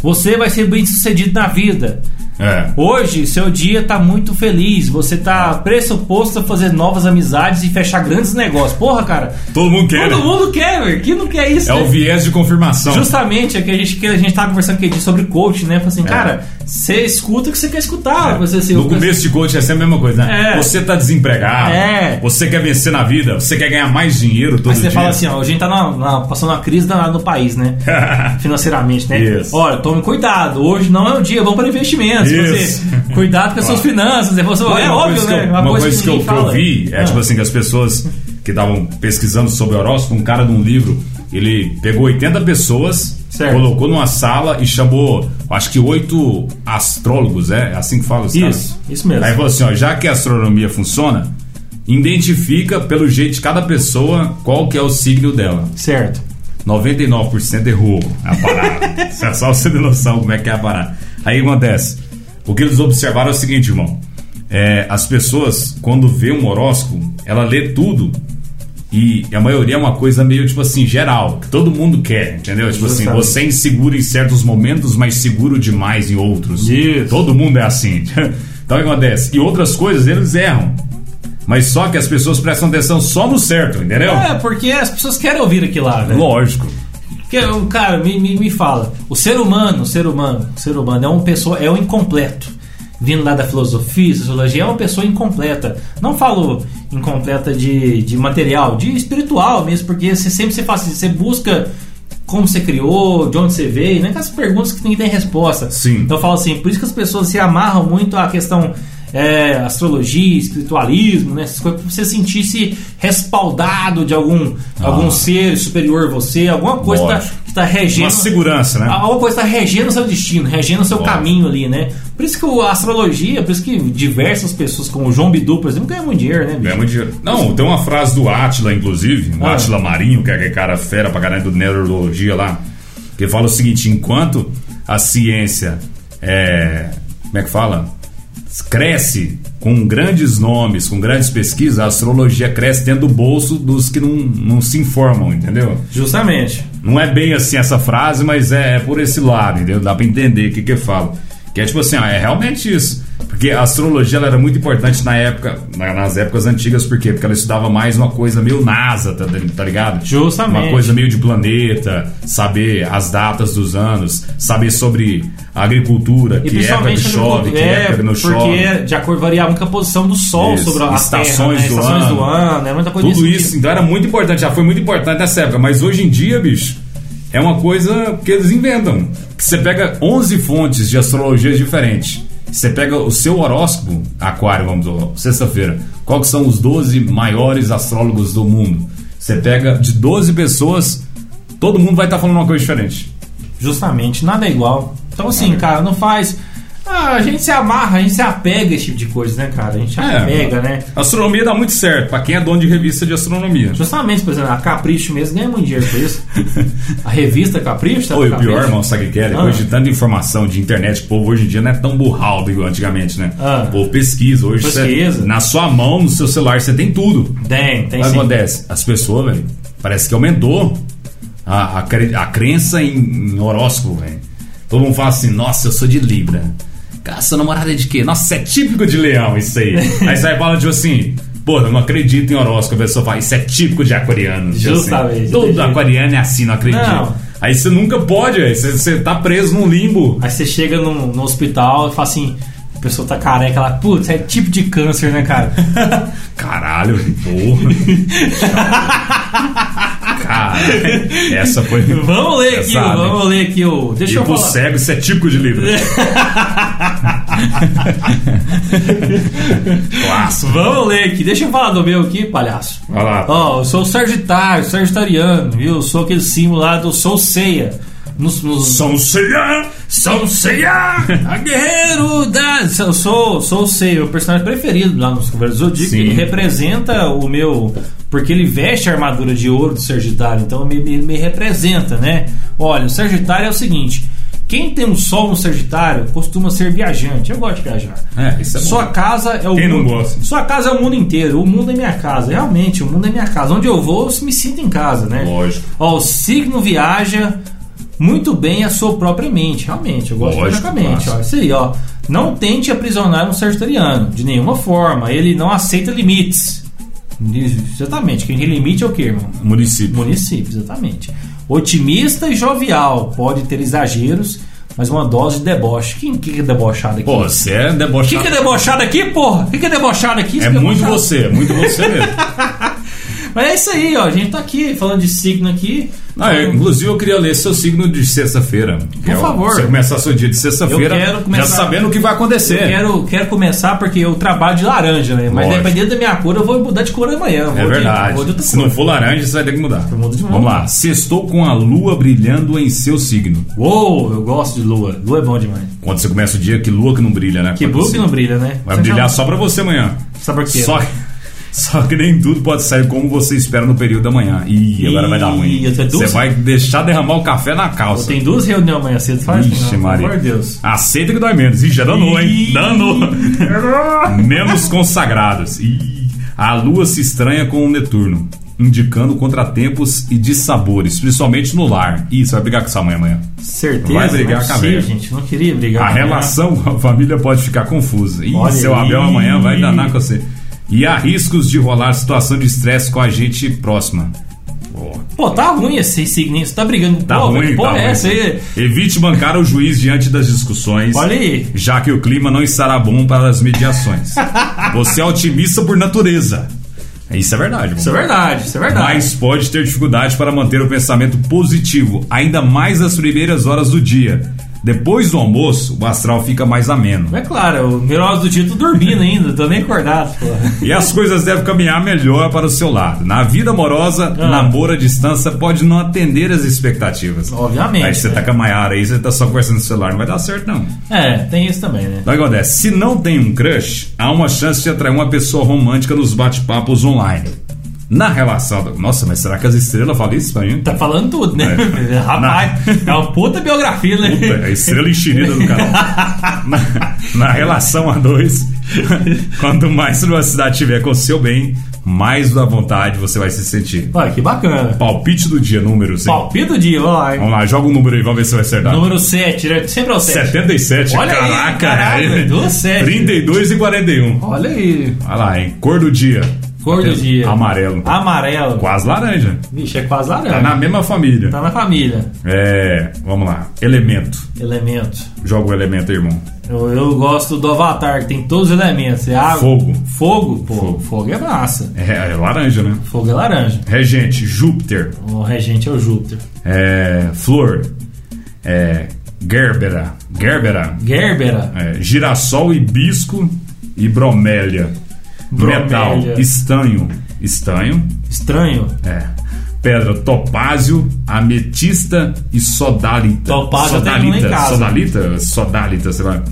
[SPEAKER 1] você vai ser bem sucedido na vida.
[SPEAKER 2] É.
[SPEAKER 1] Hoje, seu dia tá muito feliz. Você tá pressuposto a fazer novas amizades e fechar grandes negócios. Porra, cara.
[SPEAKER 2] Todo mundo quer.
[SPEAKER 1] Todo
[SPEAKER 2] né?
[SPEAKER 1] mundo quer, velho. Quem não quer isso?
[SPEAKER 2] É
[SPEAKER 1] né?
[SPEAKER 2] o viés de confirmação.
[SPEAKER 1] Justamente, é que a gente, que a gente tava conversando aquele dia sobre coach, né? Falei assim, cara, você escuta o que você quer escutar. Você, assim,
[SPEAKER 2] É. No
[SPEAKER 1] eu-
[SPEAKER 2] começo de coaching é sempre a mesma coisa, né?
[SPEAKER 1] É.
[SPEAKER 2] Você tá desempregado,
[SPEAKER 1] É.
[SPEAKER 2] você quer vencer na vida, você quer ganhar mais dinheiro todo
[SPEAKER 1] Aí você
[SPEAKER 2] dia.
[SPEAKER 1] fala assim, ó, a gente tá na- na- passando uma crise danada no país, né? Financeiramente, né?
[SPEAKER 2] Isso.
[SPEAKER 1] Olha, tome cuidado, hoje não é o dia, vamos para investimentos.
[SPEAKER 2] Isso.
[SPEAKER 1] Você- cuidado com as suas finanças. né? Você- é
[SPEAKER 2] uma
[SPEAKER 1] óbvio,
[SPEAKER 2] coisa que
[SPEAKER 1] né?
[SPEAKER 2] eu- Uma, coisa, que, eu,
[SPEAKER 1] ninguém
[SPEAKER 2] que eu
[SPEAKER 1] fala.
[SPEAKER 2] vi é
[SPEAKER 1] Ah.
[SPEAKER 2] tipo assim, que as pessoas que estavam pesquisando sobre horóscopo, um cara de um livro, ele pegou 80 pessoas,
[SPEAKER 1] Certo.
[SPEAKER 2] colocou numa sala e chamou, acho que oito astrólogos, é, É assim que fala os caras?
[SPEAKER 1] Isso, isso mesmo.
[SPEAKER 2] Aí falou assim, ó, já que a astronomia funciona, identifica pelo jeito de cada pessoa qual que é o signo dela.
[SPEAKER 1] Certo.
[SPEAKER 2] 99% errou a parada. Isso é só você ter noção como é que é a parada. Aí o que acontece. O que eles observaram é o seguinte, irmão. É, as pessoas, quando vê um horóscopo, ela lê tudo. E a maioria é uma coisa meio, tipo assim, geral, que todo mundo quer, entendeu? Tipo assim,
[SPEAKER 1] Justamente.
[SPEAKER 2] você é inseguro em certos momentos, mas seguro demais em outros.
[SPEAKER 1] Isso.
[SPEAKER 2] Todo mundo é assim. Então o que acontece? E outras coisas eles erram. Mas só que as pessoas prestam atenção só no certo, entendeu?
[SPEAKER 1] É, porque as pessoas querem ouvir aquilo lá, né?
[SPEAKER 2] Lógico.
[SPEAKER 1] Porque, um cara, me, me, me fala, o ser humano, o ser humano, o ser humano é uma pessoa, é um incompleto. Vindo lá da filosofia, sociologia, é uma pessoa incompleta. Não falo incompleta de, de material, de espiritual mesmo, porque você sempre se faz assim, você busca como você criou, de onde você veio, né? Aquelas perguntas que ninguém tem resposta.
[SPEAKER 2] Sim.
[SPEAKER 1] Então eu falo assim, por isso que as pessoas se amarram muito à questão é, astrologia, espiritualismo, né? Essas coisas, pra você sentir-se respaldado de algum, algum ser superior a você, alguma coisa que tá-
[SPEAKER 2] Lógico.
[SPEAKER 1] que tá regendo.
[SPEAKER 2] Uma segurança, né?
[SPEAKER 1] Alguma coisa que tá regendo o seu destino, regendo o seu
[SPEAKER 2] Lógico.
[SPEAKER 1] caminho ali, né? Por isso que o- a astrologia, por isso que diversas pessoas, como o João Bidu, por exemplo, ganham muito dinheiro, né? bicho?
[SPEAKER 2] Ganha muito dinheiro. Não, tem uma frase do Átila, inclusive, o
[SPEAKER 1] Ah.
[SPEAKER 2] Átila Marinho, que é aquele cara fera pra caralho do neurologia lá, que fala o seguinte: enquanto a ciência é. Como é que fala? Cresce com grandes nomes, com grandes pesquisas, a astrologia cresce dentro do bolso dos que não, não se informam, entendeu?
[SPEAKER 1] Justamente.
[SPEAKER 2] Não é bem assim essa frase, mas é, é por esse lado, entendeu? Dá pra entender o que que eu falo. Que é tipo assim, ó, é realmente isso. Porque a astrologia ela era muito importante na época, na- nas épocas antigas, por quê? Porque ela estudava mais uma coisa meio NASA, tá, tá ligado?
[SPEAKER 1] Justamente.
[SPEAKER 2] Uma coisa meio de planeta, saber as datas dos anos, saber sobre a agricultura,
[SPEAKER 1] E
[SPEAKER 2] que época que
[SPEAKER 1] principalmente
[SPEAKER 2] chove, que
[SPEAKER 1] é,
[SPEAKER 2] época que não
[SPEAKER 1] porque
[SPEAKER 2] chove.
[SPEAKER 1] de acordo variava muito a posição do sol
[SPEAKER 2] Isso.
[SPEAKER 1] sobre a
[SPEAKER 2] Estações
[SPEAKER 1] terra, né?
[SPEAKER 2] do
[SPEAKER 1] estações
[SPEAKER 2] ano.
[SPEAKER 1] do ano, é muita coisa
[SPEAKER 2] Tudo
[SPEAKER 1] desse
[SPEAKER 2] isso, então era muito importante, já foi muito importante nessa época, mas hoje em dia, bicho, é uma coisa que eles inventam. Que você pega 11 fontes de astrologias diferentes. Você pega o seu horóscopo, aquário, vamos lá, sexta-feira. Qual que são os 12 maiores astrólogos do mundo? Você pega de 12 pessoas, todo mundo vai estar falando uma coisa diferente.
[SPEAKER 1] Justamente, nada é igual. Então, assim, cara, não faz. Ah, a gente se amarra, a gente se apega a esse tipo de coisa, né, cara? A gente
[SPEAKER 2] É.
[SPEAKER 1] apega, né?
[SPEAKER 2] A Astronomia dá muito certo, pra quem é dono de revista de astronomia.
[SPEAKER 1] Justamente, por exemplo, a Capricho mesmo ganha muito dinheiro por isso. a revista Capricho, sabe?
[SPEAKER 2] Pô, e o
[SPEAKER 1] Capricho?
[SPEAKER 2] pior, irmão, sabe o que que é? Depois
[SPEAKER 1] Ah.
[SPEAKER 2] de tanta informação de internet, o povo hoje em dia não é tão burraldo igual antigamente, né?
[SPEAKER 1] Ah.
[SPEAKER 2] Pô, pesquisa. Hoje
[SPEAKER 1] Pesquisa.
[SPEAKER 2] Você, na sua mão, no seu celular, você tem tudo.
[SPEAKER 1] Tem, tem
[SPEAKER 2] Mas
[SPEAKER 1] sim.
[SPEAKER 2] acontece, as pessoas, velho, parece que aumentou a, a, cre- a crença em, em horóscopo, velho. Todo mundo fala assim, nossa, eu sou de Libra. Cara, sua namorada é de quê? Nossa, é típico de leão isso aí. aí você fala, tipo assim, pô, eu não acredito em horóscopo. A pessoa fala, isso é típico de aquariano. Tipo assim,
[SPEAKER 1] Justamente,
[SPEAKER 2] todo
[SPEAKER 1] entendi.
[SPEAKER 2] aquariano é assim, não acredito.
[SPEAKER 1] Não.
[SPEAKER 2] Aí você nunca pode, velho. Você, você tá preso num limbo.
[SPEAKER 1] Aí você chega no, no hospital e fala assim: a pessoa tá careca, ela, putz, é tipo de câncer, né, cara?
[SPEAKER 2] Caralho, velho, porra. Caralho, essa foi.
[SPEAKER 1] vamos ler aqui,
[SPEAKER 2] Pesado, hein?
[SPEAKER 1] vamos ler aqui o. Deixa
[SPEAKER 2] E
[SPEAKER 1] eu
[SPEAKER 2] pro
[SPEAKER 1] falar.
[SPEAKER 2] cego, isso é típico de livro. Clássico.
[SPEAKER 1] Vamos ler aqui, deixa eu falar do meu aqui, palhaço.
[SPEAKER 2] Vai lá.
[SPEAKER 1] Ó, eu sou Sagitário, Sagitariano, viu? Eu sou aquele símbolo lá do Sou Ceia. Nos, nos-
[SPEAKER 2] São Ceia! São Ceia!
[SPEAKER 1] A guerreiro da. Eu sou, sou o seu, meu personagem preferido lá nos Cavaleiros do Zodíaco.
[SPEAKER 2] Sim.
[SPEAKER 1] Ele representa o meu. Porque ele veste a armadura de ouro do Sagitário, então me- ele me representa, né? Olha, o Sagitário é o seguinte: quem tem um sol no Sagitário costuma ser viajante. Eu gosto de viajar.
[SPEAKER 2] É, isso é bom.
[SPEAKER 1] Sua casa é o
[SPEAKER 2] Quem não
[SPEAKER 1] mundo.
[SPEAKER 2] gosta?
[SPEAKER 1] Sua casa é o mundo inteiro. O mundo é minha casa. Realmente, o mundo é minha casa. Onde eu vou, eu me sinto em casa, né?
[SPEAKER 2] Lógico.
[SPEAKER 1] Ó, o signo viaja muito bem a sua própria mente, realmente. Eu gosto
[SPEAKER 2] Lógico,
[SPEAKER 1] da mente.
[SPEAKER 2] claro.
[SPEAKER 1] Ó, isso aí, ó. Não tente aprisionar um sagitariano, de nenhuma forma. Ele não aceita limites. Exatamente. Quem tem limite é o quê, irmão?
[SPEAKER 2] Município.
[SPEAKER 1] Município, exatamente. Otimista e jovial. Pode ter exageros, mas uma dose de deboche. Quem que é debochado aqui?
[SPEAKER 2] Pô, você é
[SPEAKER 1] Quem
[SPEAKER 2] debochado.
[SPEAKER 1] que é debochado aqui, porra? Quem que é debochado aqui?
[SPEAKER 2] é
[SPEAKER 1] Isso que
[SPEAKER 2] muito
[SPEAKER 1] debochado.
[SPEAKER 2] você, é muito você mesmo.
[SPEAKER 1] Mas é isso aí, ó. A gente tá aqui falando de signo aqui.
[SPEAKER 2] Ah, eu, inclusive, eu queria ler seu signo de sexta-feira. Que é o-
[SPEAKER 1] favor.
[SPEAKER 2] Você começar seu dia de
[SPEAKER 1] Eu
[SPEAKER 2] sexta-feira
[SPEAKER 1] quero começar-
[SPEAKER 2] já sabendo o que vai acontecer.
[SPEAKER 1] Eu quero, quero começar porque eu trabalho de laranja, né? Mas
[SPEAKER 2] Lógico.
[SPEAKER 1] dependendo da minha cor, eu vou mudar de cor amanhã. Eu
[SPEAKER 2] É
[SPEAKER 1] vou de-
[SPEAKER 2] verdade.
[SPEAKER 1] vou de outra
[SPEAKER 2] Se
[SPEAKER 1] cor.
[SPEAKER 2] não for laranja, você vai ter que mudar.
[SPEAKER 1] tá mudo de mão.
[SPEAKER 2] Vamos lá. Sextou com a lua brilhando em seu signo.
[SPEAKER 1] Uou, eu gosto de lua. Lua é bom demais.
[SPEAKER 2] Quando você começa o dia, que lua que não brilha, né?
[SPEAKER 1] Que
[SPEAKER 2] Quando
[SPEAKER 1] blue
[SPEAKER 2] você-
[SPEAKER 1] que não brilha, né?
[SPEAKER 2] Vai
[SPEAKER 1] Você
[SPEAKER 2] brilhar
[SPEAKER 1] sabe-
[SPEAKER 2] só pra você amanhã.
[SPEAKER 1] Sabe por quê?
[SPEAKER 2] Só, que- só que nem tudo pode sair como você espera no período da manhã. Ih, agora vai dar ruim.
[SPEAKER 1] Ih, eu tô
[SPEAKER 2] Você
[SPEAKER 1] doce.
[SPEAKER 2] vai deixar derramar o café na calça.
[SPEAKER 1] Tem duas reuniões amanhã cedo, faz
[SPEAKER 2] Ixi,
[SPEAKER 1] não,
[SPEAKER 2] Maria.
[SPEAKER 1] Pelo amor de Deus.
[SPEAKER 2] Aceita que dói menos. Ih, já danou, hein?
[SPEAKER 1] Ih.
[SPEAKER 2] Danou. menos consagrados. Ih, a lua se estranha com o Netuno, indicando contratempos e dissabores, principalmente no lar. Ih, você vai brigar com sua mãe amanhã.
[SPEAKER 1] Certeza.
[SPEAKER 2] Vai brigar
[SPEAKER 1] não é
[SPEAKER 2] com a
[SPEAKER 1] possível,
[SPEAKER 2] velha.
[SPEAKER 1] gente. Não queria brigar.
[SPEAKER 2] A
[SPEAKER 1] com ela.
[SPEAKER 2] relação com a família pode ficar confusa. Ih,
[SPEAKER 1] Uhum. Olha
[SPEAKER 2] seu Abel
[SPEAKER 1] aí.
[SPEAKER 2] amanhã vai danar com você. E há riscos de rolar situação de estresse com a gente próxima. Ó,
[SPEAKER 1] Pô, tá ruim esse signo. Você tá brigando com o
[SPEAKER 2] Tá
[SPEAKER 1] povo?
[SPEAKER 2] ruim,
[SPEAKER 1] Que
[SPEAKER 2] tá
[SPEAKER 1] porra é
[SPEAKER 2] ruim.
[SPEAKER 1] essa aí?
[SPEAKER 2] Evite bancar o juiz diante das discussões.
[SPEAKER 1] Olha aí.
[SPEAKER 2] Já que o clima não estará bom para as mediações. Você é otimista por natureza. Isso é verdade.
[SPEAKER 1] Isso é verdade, isso é verdade.
[SPEAKER 2] Mas pode ter dificuldade para manter o pensamento positivo, ainda mais nas primeiras horas do dia. Depois do almoço, o astral fica mais ameno.
[SPEAKER 1] É claro, o Mirose do Tito dormindo ainda, tô nem acordado, porra.
[SPEAKER 2] E as coisas devem caminhar melhor para o seu lado. Na vida amorosa,
[SPEAKER 1] Ah.
[SPEAKER 2] namoro à distância pode não atender as expectativas.
[SPEAKER 1] Obviamente,
[SPEAKER 2] Aí você
[SPEAKER 1] né?
[SPEAKER 2] tá com a Maiara aí, você tá só conversando no celular, não vai dar certo não.
[SPEAKER 1] É, tem isso também, né?
[SPEAKER 2] Então, o que acontece? Se não tem um crush, há uma chance de atrair uma pessoa romântica nos bate-papos online. Na relação. Nossa, mas será que as estrelas falam isso pra mim?
[SPEAKER 1] Tá falando tudo, né?
[SPEAKER 2] É.
[SPEAKER 1] Rapaz, é uma puta biografia, né?
[SPEAKER 2] Puta, é a estrela enxerida do canal. Na, na relação a dois, quanto mais privacidade tiver com o seu bem, mais da vontade você vai se sentir.
[SPEAKER 1] Olha, que bacana.
[SPEAKER 2] Palpite do dia, números. hein?
[SPEAKER 1] Palpite do dia, vamos lá. hein?
[SPEAKER 2] Vamos lá, joga um número aí, vamos ver se vai acertar.
[SPEAKER 1] Número 7, né? Sempre é o 7.
[SPEAKER 2] 77,
[SPEAKER 1] Olha aí,
[SPEAKER 2] caraca,
[SPEAKER 1] caralho,
[SPEAKER 2] é.
[SPEAKER 1] duas sete.
[SPEAKER 2] 32 e 41.
[SPEAKER 1] Olha aí.
[SPEAKER 2] Olha lá, hein? Cor do dia.
[SPEAKER 1] Cor do dia.
[SPEAKER 2] Amarelo.
[SPEAKER 1] Amarelo.
[SPEAKER 2] Quase laranja.
[SPEAKER 1] Vixe, é quase
[SPEAKER 2] Tá
[SPEAKER 1] laranja.
[SPEAKER 2] na mesma família.
[SPEAKER 1] Tá na família.
[SPEAKER 2] É, vamos lá. Elemento.
[SPEAKER 1] Elemento.
[SPEAKER 2] Joga o elemento aí, irmão.
[SPEAKER 1] Eu, eu gosto do Avatar, que tem todos os elementos. É água.
[SPEAKER 2] Fogo.
[SPEAKER 1] Fogo? Pô,
[SPEAKER 2] Fogo.
[SPEAKER 1] fogo, é massa.
[SPEAKER 2] É, é laranja, né?
[SPEAKER 1] Fogo é laranja.
[SPEAKER 2] Regente, Júpiter.
[SPEAKER 1] O regente é o Júpiter.
[SPEAKER 2] É, flor. É, gerbera. Gerbera.
[SPEAKER 1] Gerbera.
[SPEAKER 2] É, girassol, hibisco e bromélia.
[SPEAKER 1] Bromélia.
[SPEAKER 2] Metal. Estanho. Estanho.
[SPEAKER 1] Estranho.
[SPEAKER 2] É. Pedra topázio, ametista e sodalita.
[SPEAKER 1] Topázio eu tenho
[SPEAKER 2] sodalita,
[SPEAKER 1] um lá em casa.
[SPEAKER 2] Sodalita, sodalita, sei lá.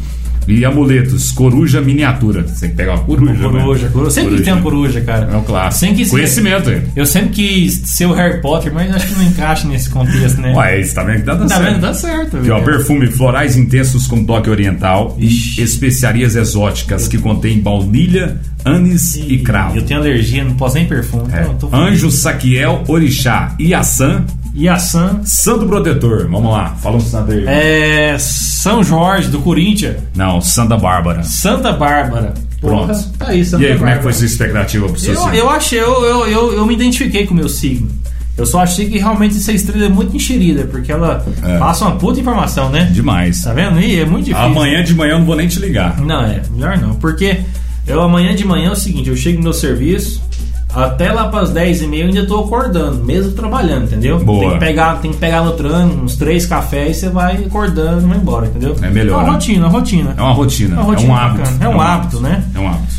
[SPEAKER 2] E amuletos, coruja miniatura. Você tem que pegar uma coruja.
[SPEAKER 1] Coruja.
[SPEAKER 2] né?
[SPEAKER 1] coruja. Sempre que tem uma coruja, cara.
[SPEAKER 2] É um
[SPEAKER 1] Sem
[SPEAKER 2] clássico.
[SPEAKER 1] que se-
[SPEAKER 2] Conhecimento, hein?
[SPEAKER 1] Eu sempre quis ser o Harry Potter, mas acho que não encaixa nesse contexto, né?
[SPEAKER 2] Ué, isso tá vendo que tá dando
[SPEAKER 1] Tá
[SPEAKER 2] certo.
[SPEAKER 1] vendo? Dá certo.
[SPEAKER 2] Aqui, ó,
[SPEAKER 1] velho.
[SPEAKER 2] perfume, florais intensos com toque oriental
[SPEAKER 1] Ixi.
[SPEAKER 2] e especiarias exóticas que contém baunilha, anis e cravo.
[SPEAKER 1] Eu tenho alergia, não posso nem perfume.
[SPEAKER 2] É.
[SPEAKER 1] então eu tô
[SPEAKER 2] Anjo, saquiel, orixá, iaçã,
[SPEAKER 1] Iaçan.
[SPEAKER 2] Santo Protetor, vamos lá, fala um santo aí.
[SPEAKER 1] É, São Jorge, do Corinthians.
[SPEAKER 2] Não, Santa Bárbara.
[SPEAKER 1] Santa Bárbara.
[SPEAKER 2] Pronto.
[SPEAKER 1] Porra, Tá aí, Santa
[SPEAKER 2] E aí, como é
[SPEAKER 1] Bárbara.
[SPEAKER 2] que foi sua expectativa pro seu
[SPEAKER 1] Eu,
[SPEAKER 2] signo?
[SPEAKER 1] eu achei, eu, eu, eu, eu me identifiquei com o meu signo. Eu só achei que realmente essa estrela é muito enxerida, porque ela
[SPEAKER 2] É.
[SPEAKER 1] passa uma puta informação, né?
[SPEAKER 2] Demais.
[SPEAKER 1] Tá vendo? E é muito difícil.
[SPEAKER 2] Amanhã de manhã eu não vou nem te ligar.
[SPEAKER 1] Não, é, melhor não. Porque eu amanhã de manhã é o seguinte, eu chego no meu serviço, até lá pras 10h30 eu ainda tô acordando, mesmo trabalhando, entendeu?
[SPEAKER 2] Boa.
[SPEAKER 1] Tem que pegar, tem que pegar no trânsito, uns três cafés e você vai acordando e vai embora, entendeu?
[SPEAKER 2] É melhor,
[SPEAKER 1] É uma
[SPEAKER 2] né?
[SPEAKER 1] rotina, uma rotina.
[SPEAKER 2] É uma rotina,
[SPEAKER 1] Uma rotina
[SPEAKER 2] é um hábito.
[SPEAKER 1] bacana. É um hábito, né?
[SPEAKER 2] É um hábito.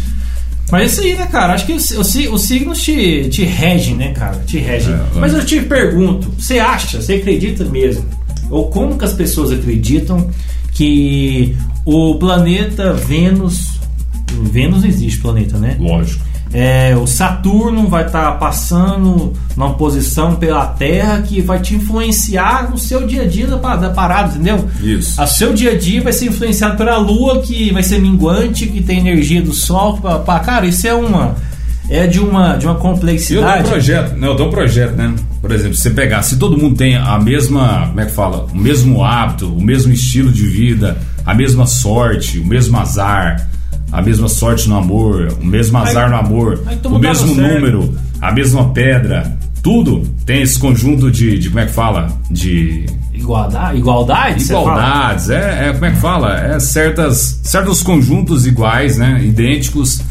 [SPEAKER 1] Mas é isso aí, né, cara? Acho que os, os, si- os signos te, te regem, né, cara? Te regem.
[SPEAKER 2] É,
[SPEAKER 1] Mas eu te pergunto, você acha, você acredita mesmo? Ou como que as pessoas acreditam que o planeta Vênus. Vênus não existe planeta, né?
[SPEAKER 2] Lógico.
[SPEAKER 1] É, o Saturno vai estar passando numa posição pela Terra que vai te influenciar no seu dia a dia da, pa- da parada, entendeu?
[SPEAKER 2] Isso.
[SPEAKER 1] O seu dia a dia vai ser influenciado pela lua, que vai ser minguante, que tem energia do sol. Pra, pra- cara, isso é uma. É de uma, de uma
[SPEAKER 2] E eu dou um
[SPEAKER 1] complexidade.
[SPEAKER 2] projeto, né? Eu dou um projeto, né? Por exemplo, se você pegar, se todo mundo tem a mesma, como é que fala? O mesmo hábito, o mesmo estilo de vida, a mesma sorte, o mesmo azar, a mesma sorte no amor, o mesmo azar no amor,
[SPEAKER 1] aí todo
[SPEAKER 2] o
[SPEAKER 1] mundo dava
[SPEAKER 2] mesmo
[SPEAKER 1] certo.
[SPEAKER 2] número, a mesma pedra, tudo tem esse conjunto de, de como é que fala? De
[SPEAKER 1] Igualdade? Igualdade? você fala?
[SPEAKER 2] igualdades, é, é- como é que fala? É certas, certos conjuntos iguais, né? Idênticos.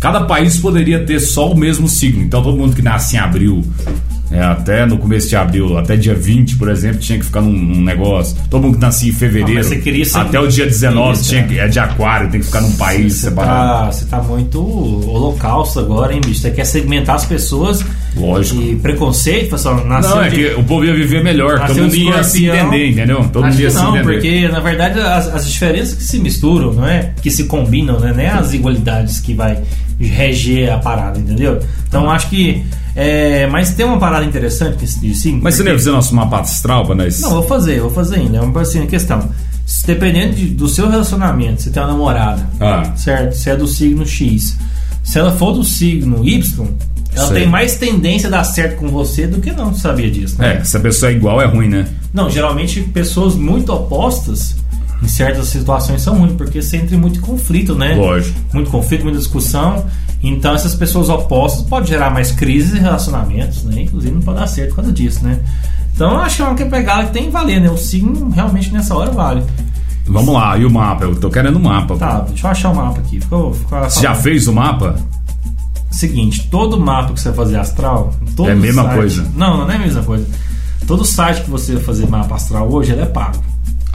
[SPEAKER 2] Cada país poderia ter só o mesmo signo. Então todo mundo que nasce em abril, é, até no começo de abril, até dia 20, por exemplo, tinha que ficar num, num negócio. Todo mundo que nascia em
[SPEAKER 1] Ah,
[SPEAKER 2] fevereiro,
[SPEAKER 1] mas você queria ser-
[SPEAKER 2] até o dia 19
[SPEAKER 1] Isso, né?
[SPEAKER 2] tinha que, é de aquário, tem que ficar num país
[SPEAKER 1] Você
[SPEAKER 2] separado.
[SPEAKER 1] tá, você tá muito holocausto agora, hein, bicho? Você quer segmentar as pessoas.
[SPEAKER 2] Lógico.
[SPEAKER 1] E preconceito, pessoal, nasceu
[SPEAKER 2] Não, é
[SPEAKER 1] de-
[SPEAKER 2] que o povo ia viver melhor, todo
[SPEAKER 1] Assim, Nasceu
[SPEAKER 2] mundo ia se
[SPEAKER 1] escorpião.
[SPEAKER 2] entender, entendeu? Todo
[SPEAKER 1] Acho
[SPEAKER 2] mundo ia
[SPEAKER 1] que
[SPEAKER 2] se
[SPEAKER 1] não,
[SPEAKER 2] entender.
[SPEAKER 1] porque na verdade as, as diferenças que se misturam, não é? Que se combinam, né? Não é as igualdades que vai reger a parada, entendeu? Então acho que. é, mas tem uma parada interessante que se sim.
[SPEAKER 2] Mas você não ia fazer nosso mapa astral pra nós?
[SPEAKER 1] Não, vou fazer, vou fazer ainda. É uma assim, questão. Se dependendo de- do seu relacionamento, se tem uma namorada,
[SPEAKER 2] Ah.
[SPEAKER 1] certo? Se é do signo X. Se ela for do signo Y, ela
[SPEAKER 2] Sei.
[SPEAKER 1] tem mais tendência a dar certo com você do que não, sabia disso, né?
[SPEAKER 2] É, se a pessoa é igual é ruim, né?
[SPEAKER 1] Não, geralmente pessoas muito opostas em certas situações são ruins, porque você entra em muito conflito, né?
[SPEAKER 2] Lógico.
[SPEAKER 1] Muito conflito, muita discussão. Então essas pessoas opostas podem gerar mais crises e relacionamentos, né? Inclusive não pode dar certo por causa disso, né? Então eu acho que é uma pegada que tem que valer, né? O signo realmente nessa hora vale.
[SPEAKER 2] Vamos lá, e o mapa? Eu tô querendo um mapa.
[SPEAKER 1] Tá, deixa eu achar o mapa aqui. Ficou, ficou
[SPEAKER 2] Você já fez o mapa?
[SPEAKER 1] Seguinte, todo mapa que você vai fazer astral, todo
[SPEAKER 2] É a mesma
[SPEAKER 1] site-
[SPEAKER 2] coisa.
[SPEAKER 1] Não, não é a mesma coisa. Todo site que você vai fazer mapa astral hoje, ele é pago.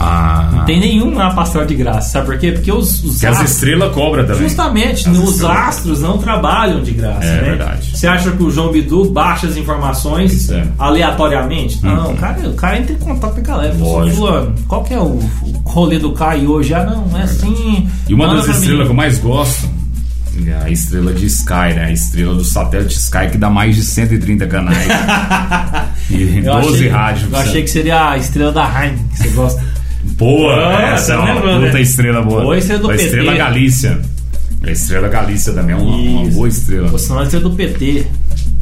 [SPEAKER 2] Ah.
[SPEAKER 1] Tem nenhum mapa astral de graça, sabe por quê? Porque os, os
[SPEAKER 2] Que as estrelas cobra também.
[SPEAKER 1] justamente,
[SPEAKER 2] As
[SPEAKER 1] né, os
[SPEAKER 2] estrelas.
[SPEAKER 1] astros não trabalham de graça,
[SPEAKER 2] É
[SPEAKER 1] né?
[SPEAKER 2] verdade.
[SPEAKER 1] Você acha que o João Bidu baixa as informações
[SPEAKER 2] Isso é. Uhum.
[SPEAKER 1] aleatoriamente? Não, o cara, o cara entra em contato com a galera.
[SPEAKER 2] Lógico.
[SPEAKER 1] Fulano, qual que é o, o rolê do Caio hoje? Ah, não, é assim.
[SPEAKER 2] E uma
[SPEAKER 1] manda
[SPEAKER 2] das
[SPEAKER 1] pra mim.
[SPEAKER 2] estrelas que eu mais gosto é a estrela de Sky, né? A estrela do satélite Sky que dá mais de 130 canais. e
[SPEAKER 1] Eu
[SPEAKER 2] 12
[SPEAKER 1] achei-
[SPEAKER 2] rádios.
[SPEAKER 1] Eu achei que seria a estrela da Heine, que você gosta.
[SPEAKER 2] Boa!
[SPEAKER 1] Ah,
[SPEAKER 2] essa é
[SPEAKER 1] tá
[SPEAKER 2] uma
[SPEAKER 1] lembrando,
[SPEAKER 2] puta
[SPEAKER 1] né?
[SPEAKER 2] estrela boa.
[SPEAKER 1] Boa estrela do
[SPEAKER 2] a
[SPEAKER 1] PT.
[SPEAKER 2] estrela Galícia. A estrela Galícia também é uma, uma
[SPEAKER 1] Isso.
[SPEAKER 2] boa estrela.
[SPEAKER 1] Ou senão a estrela do PT.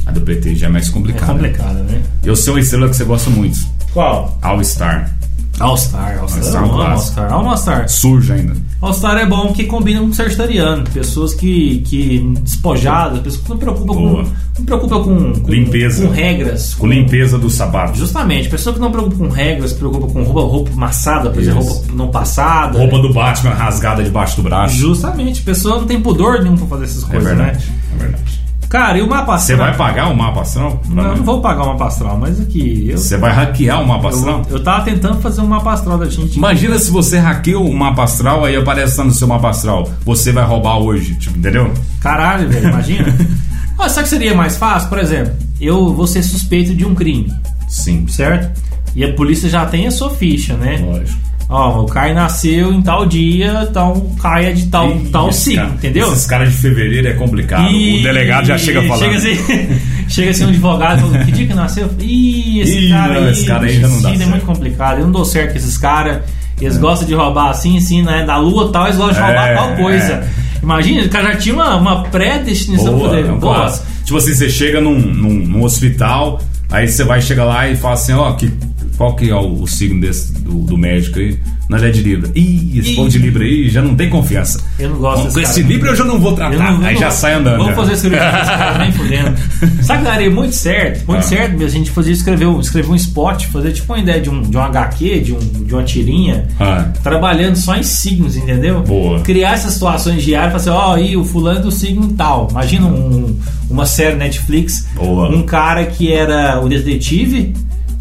[SPEAKER 2] A do PT já é mais
[SPEAKER 1] É
[SPEAKER 2] complicada.
[SPEAKER 1] complicada, né?
[SPEAKER 2] Eu sei uma estrela que você gosta muito.
[SPEAKER 1] Qual?
[SPEAKER 2] All Star.
[SPEAKER 1] All-Star,
[SPEAKER 2] All-Star é
[SPEAKER 1] All-Star.
[SPEAKER 2] um
[SPEAKER 1] Eu amo
[SPEAKER 2] clássico.
[SPEAKER 1] All-Star. All-Star.
[SPEAKER 2] Surge ainda.
[SPEAKER 1] All-Star é bom que combina com sertariano, pessoas que, que despojadas, pessoas que não preocupam
[SPEAKER 2] Boa.
[SPEAKER 1] com, não preocupa com, com
[SPEAKER 2] Limpeza.
[SPEAKER 1] com regras.
[SPEAKER 2] Com limpeza do sapato.
[SPEAKER 1] Justamente, pessoa que não preocupa com regras, preocupa com roupa, roupa maçada, por exemplo,
[SPEAKER 2] Isso.
[SPEAKER 1] roupa não passada.
[SPEAKER 2] Roupa do Batman rasgada debaixo do braço.
[SPEAKER 1] Justamente, pessoa não tem pudor nenhum pra fazer essas
[SPEAKER 2] É
[SPEAKER 1] coisas, né?
[SPEAKER 2] verdade. É verdade.
[SPEAKER 1] Cara, e o mapa
[SPEAKER 2] Você
[SPEAKER 1] astral?
[SPEAKER 2] vai pagar o mapa astral?
[SPEAKER 1] Não, eu não vou pagar o mapa astral, mas aqui eu,
[SPEAKER 2] Você vai hackear o mapa astral?
[SPEAKER 1] eu, eu tava tentando fazer um mapa astral da gente.
[SPEAKER 2] Imagina se você hackeou o mapa astral, aí aparece lá no seu mapa astral. Você vai roubar hoje, tipo, entendeu?
[SPEAKER 1] Caralho, velho, imagina. Mas sabe o que seria mais fácil? Por exemplo, eu vou ser suspeito de um crime,
[SPEAKER 2] Sim.
[SPEAKER 1] certo? E a polícia já tem a sua ficha, né?
[SPEAKER 2] Lógico.
[SPEAKER 1] Ó, o Caio nasceu em tal dia, então Caio é de tal,
[SPEAKER 2] Ih,
[SPEAKER 1] tal
[SPEAKER 2] esse
[SPEAKER 1] signo,
[SPEAKER 2] cara-
[SPEAKER 1] entendeu?
[SPEAKER 2] Esses caras de fevereiro é complicado.
[SPEAKER 1] Ih,
[SPEAKER 2] O delegado já chega
[SPEAKER 1] Chega
[SPEAKER 2] falando.
[SPEAKER 1] assim, chega assim um advogado e fala, que dia que nasceu? Ih, esse
[SPEAKER 2] Ih,
[SPEAKER 1] cara
[SPEAKER 2] não,
[SPEAKER 1] aí,
[SPEAKER 2] esse cara aí já não dá
[SPEAKER 1] sim, é
[SPEAKER 2] certo.
[SPEAKER 1] muito complicado. Eu não dou certo com esses caras. Eles gostam de roubar assim, assim, né? Da lua tal, eles gostam de roubar
[SPEAKER 2] É,
[SPEAKER 1] tal coisa.
[SPEAKER 2] é.
[SPEAKER 1] Imagina, o cara já tinha uma, uma pré-destinação
[SPEAKER 2] Boa,
[SPEAKER 1] dele.
[SPEAKER 2] é um clássico. Tipo assim, você chega num, num- num hospital, aí você vai chegar lá e fala assim, ó, que, qual que é o, o signo desse, do, do médico aí? Não, ele é de Libra. Ih, esse
[SPEAKER 1] Ih.
[SPEAKER 2] povo de Libra aí já não tem confiança.
[SPEAKER 1] Eu não gosto
[SPEAKER 2] Com,
[SPEAKER 1] desse
[SPEAKER 2] com
[SPEAKER 1] cara,
[SPEAKER 2] esse
[SPEAKER 1] não.
[SPEAKER 2] Libra eu já não vou
[SPEAKER 1] Eu
[SPEAKER 2] tratar.
[SPEAKER 1] não- eu
[SPEAKER 2] aí
[SPEAKER 1] não-
[SPEAKER 2] já sai andando.
[SPEAKER 1] Vamos
[SPEAKER 2] já.
[SPEAKER 1] fazer cirurgia com esse cara, nem fudendo. Sabe que daria muito certo? Muito
[SPEAKER 2] Ah.
[SPEAKER 1] certo mesmo. A gente fazia escrever, um- escrever um spot, fazer tipo uma ideia de um, de um HQ, de, um, de uma tirinha.
[SPEAKER 2] Ah,
[SPEAKER 1] Trabalhando só em signos, entendeu?
[SPEAKER 2] Boa.
[SPEAKER 1] Criar essas situações diárias, falar assim, ó, aí o fulano do signo tal. Imagina um- uma série Netflix,
[SPEAKER 2] Boa.
[SPEAKER 1] um cara que era o detetive,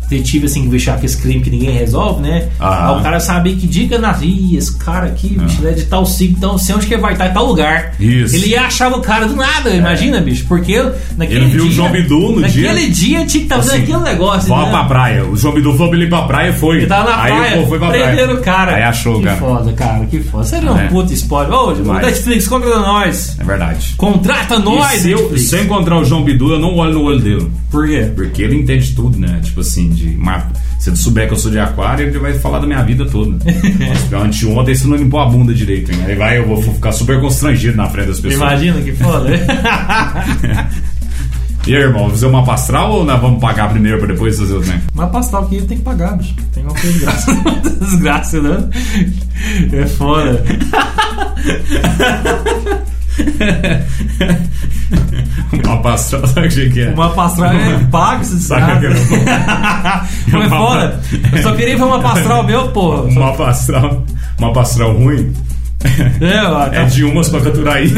[SPEAKER 1] detetive assim que vexava com esse crime que ninguém resolve, né?
[SPEAKER 2] Ah.
[SPEAKER 1] Aí o cara sabia que dica na Ih, esse cara aqui, bicho, ele é de tal signo, então sei onde que ele vai estar em tal lugar.
[SPEAKER 2] Isso. É.
[SPEAKER 1] Ele ia achar o cara do nada, imagina, bicho, porque naquele
[SPEAKER 2] Ele viu o
[SPEAKER 1] dia,
[SPEAKER 2] João Bidu no dia.
[SPEAKER 1] naquele dia tinha que estar fazendo
[SPEAKER 2] Assim,
[SPEAKER 1] aquele negócio.
[SPEAKER 2] Vá
[SPEAKER 1] né?
[SPEAKER 2] pra praia. O João Bidu falou pra ele ir pra praia e foi.
[SPEAKER 1] Ele tava na
[SPEAKER 2] aí
[SPEAKER 1] praia,
[SPEAKER 2] o povo foi pra
[SPEAKER 1] prenderam
[SPEAKER 2] praia.
[SPEAKER 1] o cara.
[SPEAKER 2] Aí achou,
[SPEAKER 1] que
[SPEAKER 2] cara.
[SPEAKER 1] foda, cara, que foda. Seria um
[SPEAKER 2] É.
[SPEAKER 1] puta spoiler. Ô,
[SPEAKER 2] Demais.
[SPEAKER 1] Netflix, contrata nós.
[SPEAKER 2] É verdade.
[SPEAKER 1] Contrata
[SPEAKER 2] e
[SPEAKER 1] nós,
[SPEAKER 2] se eu,
[SPEAKER 1] Netflix.
[SPEAKER 2] se eu encontrar o João Bidu, eu não olho no olho dele.
[SPEAKER 1] Por quê?
[SPEAKER 2] Porque ele entende tudo, né? Tipo assim, de mapa. Se ele souber que eu sou de aquário, ele vai falar da minha vida toda. Mas, Anteontem você não limpou a bunda direito, hein? Aí vai, eu vou ficar super constrangido na frente das pessoas.
[SPEAKER 1] Imagina que foda.
[SPEAKER 2] E aí, irmão, fazer uma pastral ou nós vamos pagar primeiro pra depois fazer o trem?
[SPEAKER 1] Mas pastel que tem que pagar, bicho. Tem uma coisa de graça. Desgraça, né? É foda.
[SPEAKER 2] Uma pastral, sabe o que que é?
[SPEAKER 1] Uma pastral é paga essa
[SPEAKER 2] Saca que
[SPEAKER 1] desgraça.
[SPEAKER 2] não?
[SPEAKER 1] Não é foda? Eu só queria ver uma pastral meu, porra.
[SPEAKER 2] Uma pastral. Uma pastral ruim
[SPEAKER 1] É, ó,
[SPEAKER 2] é de umas pra faturar aí.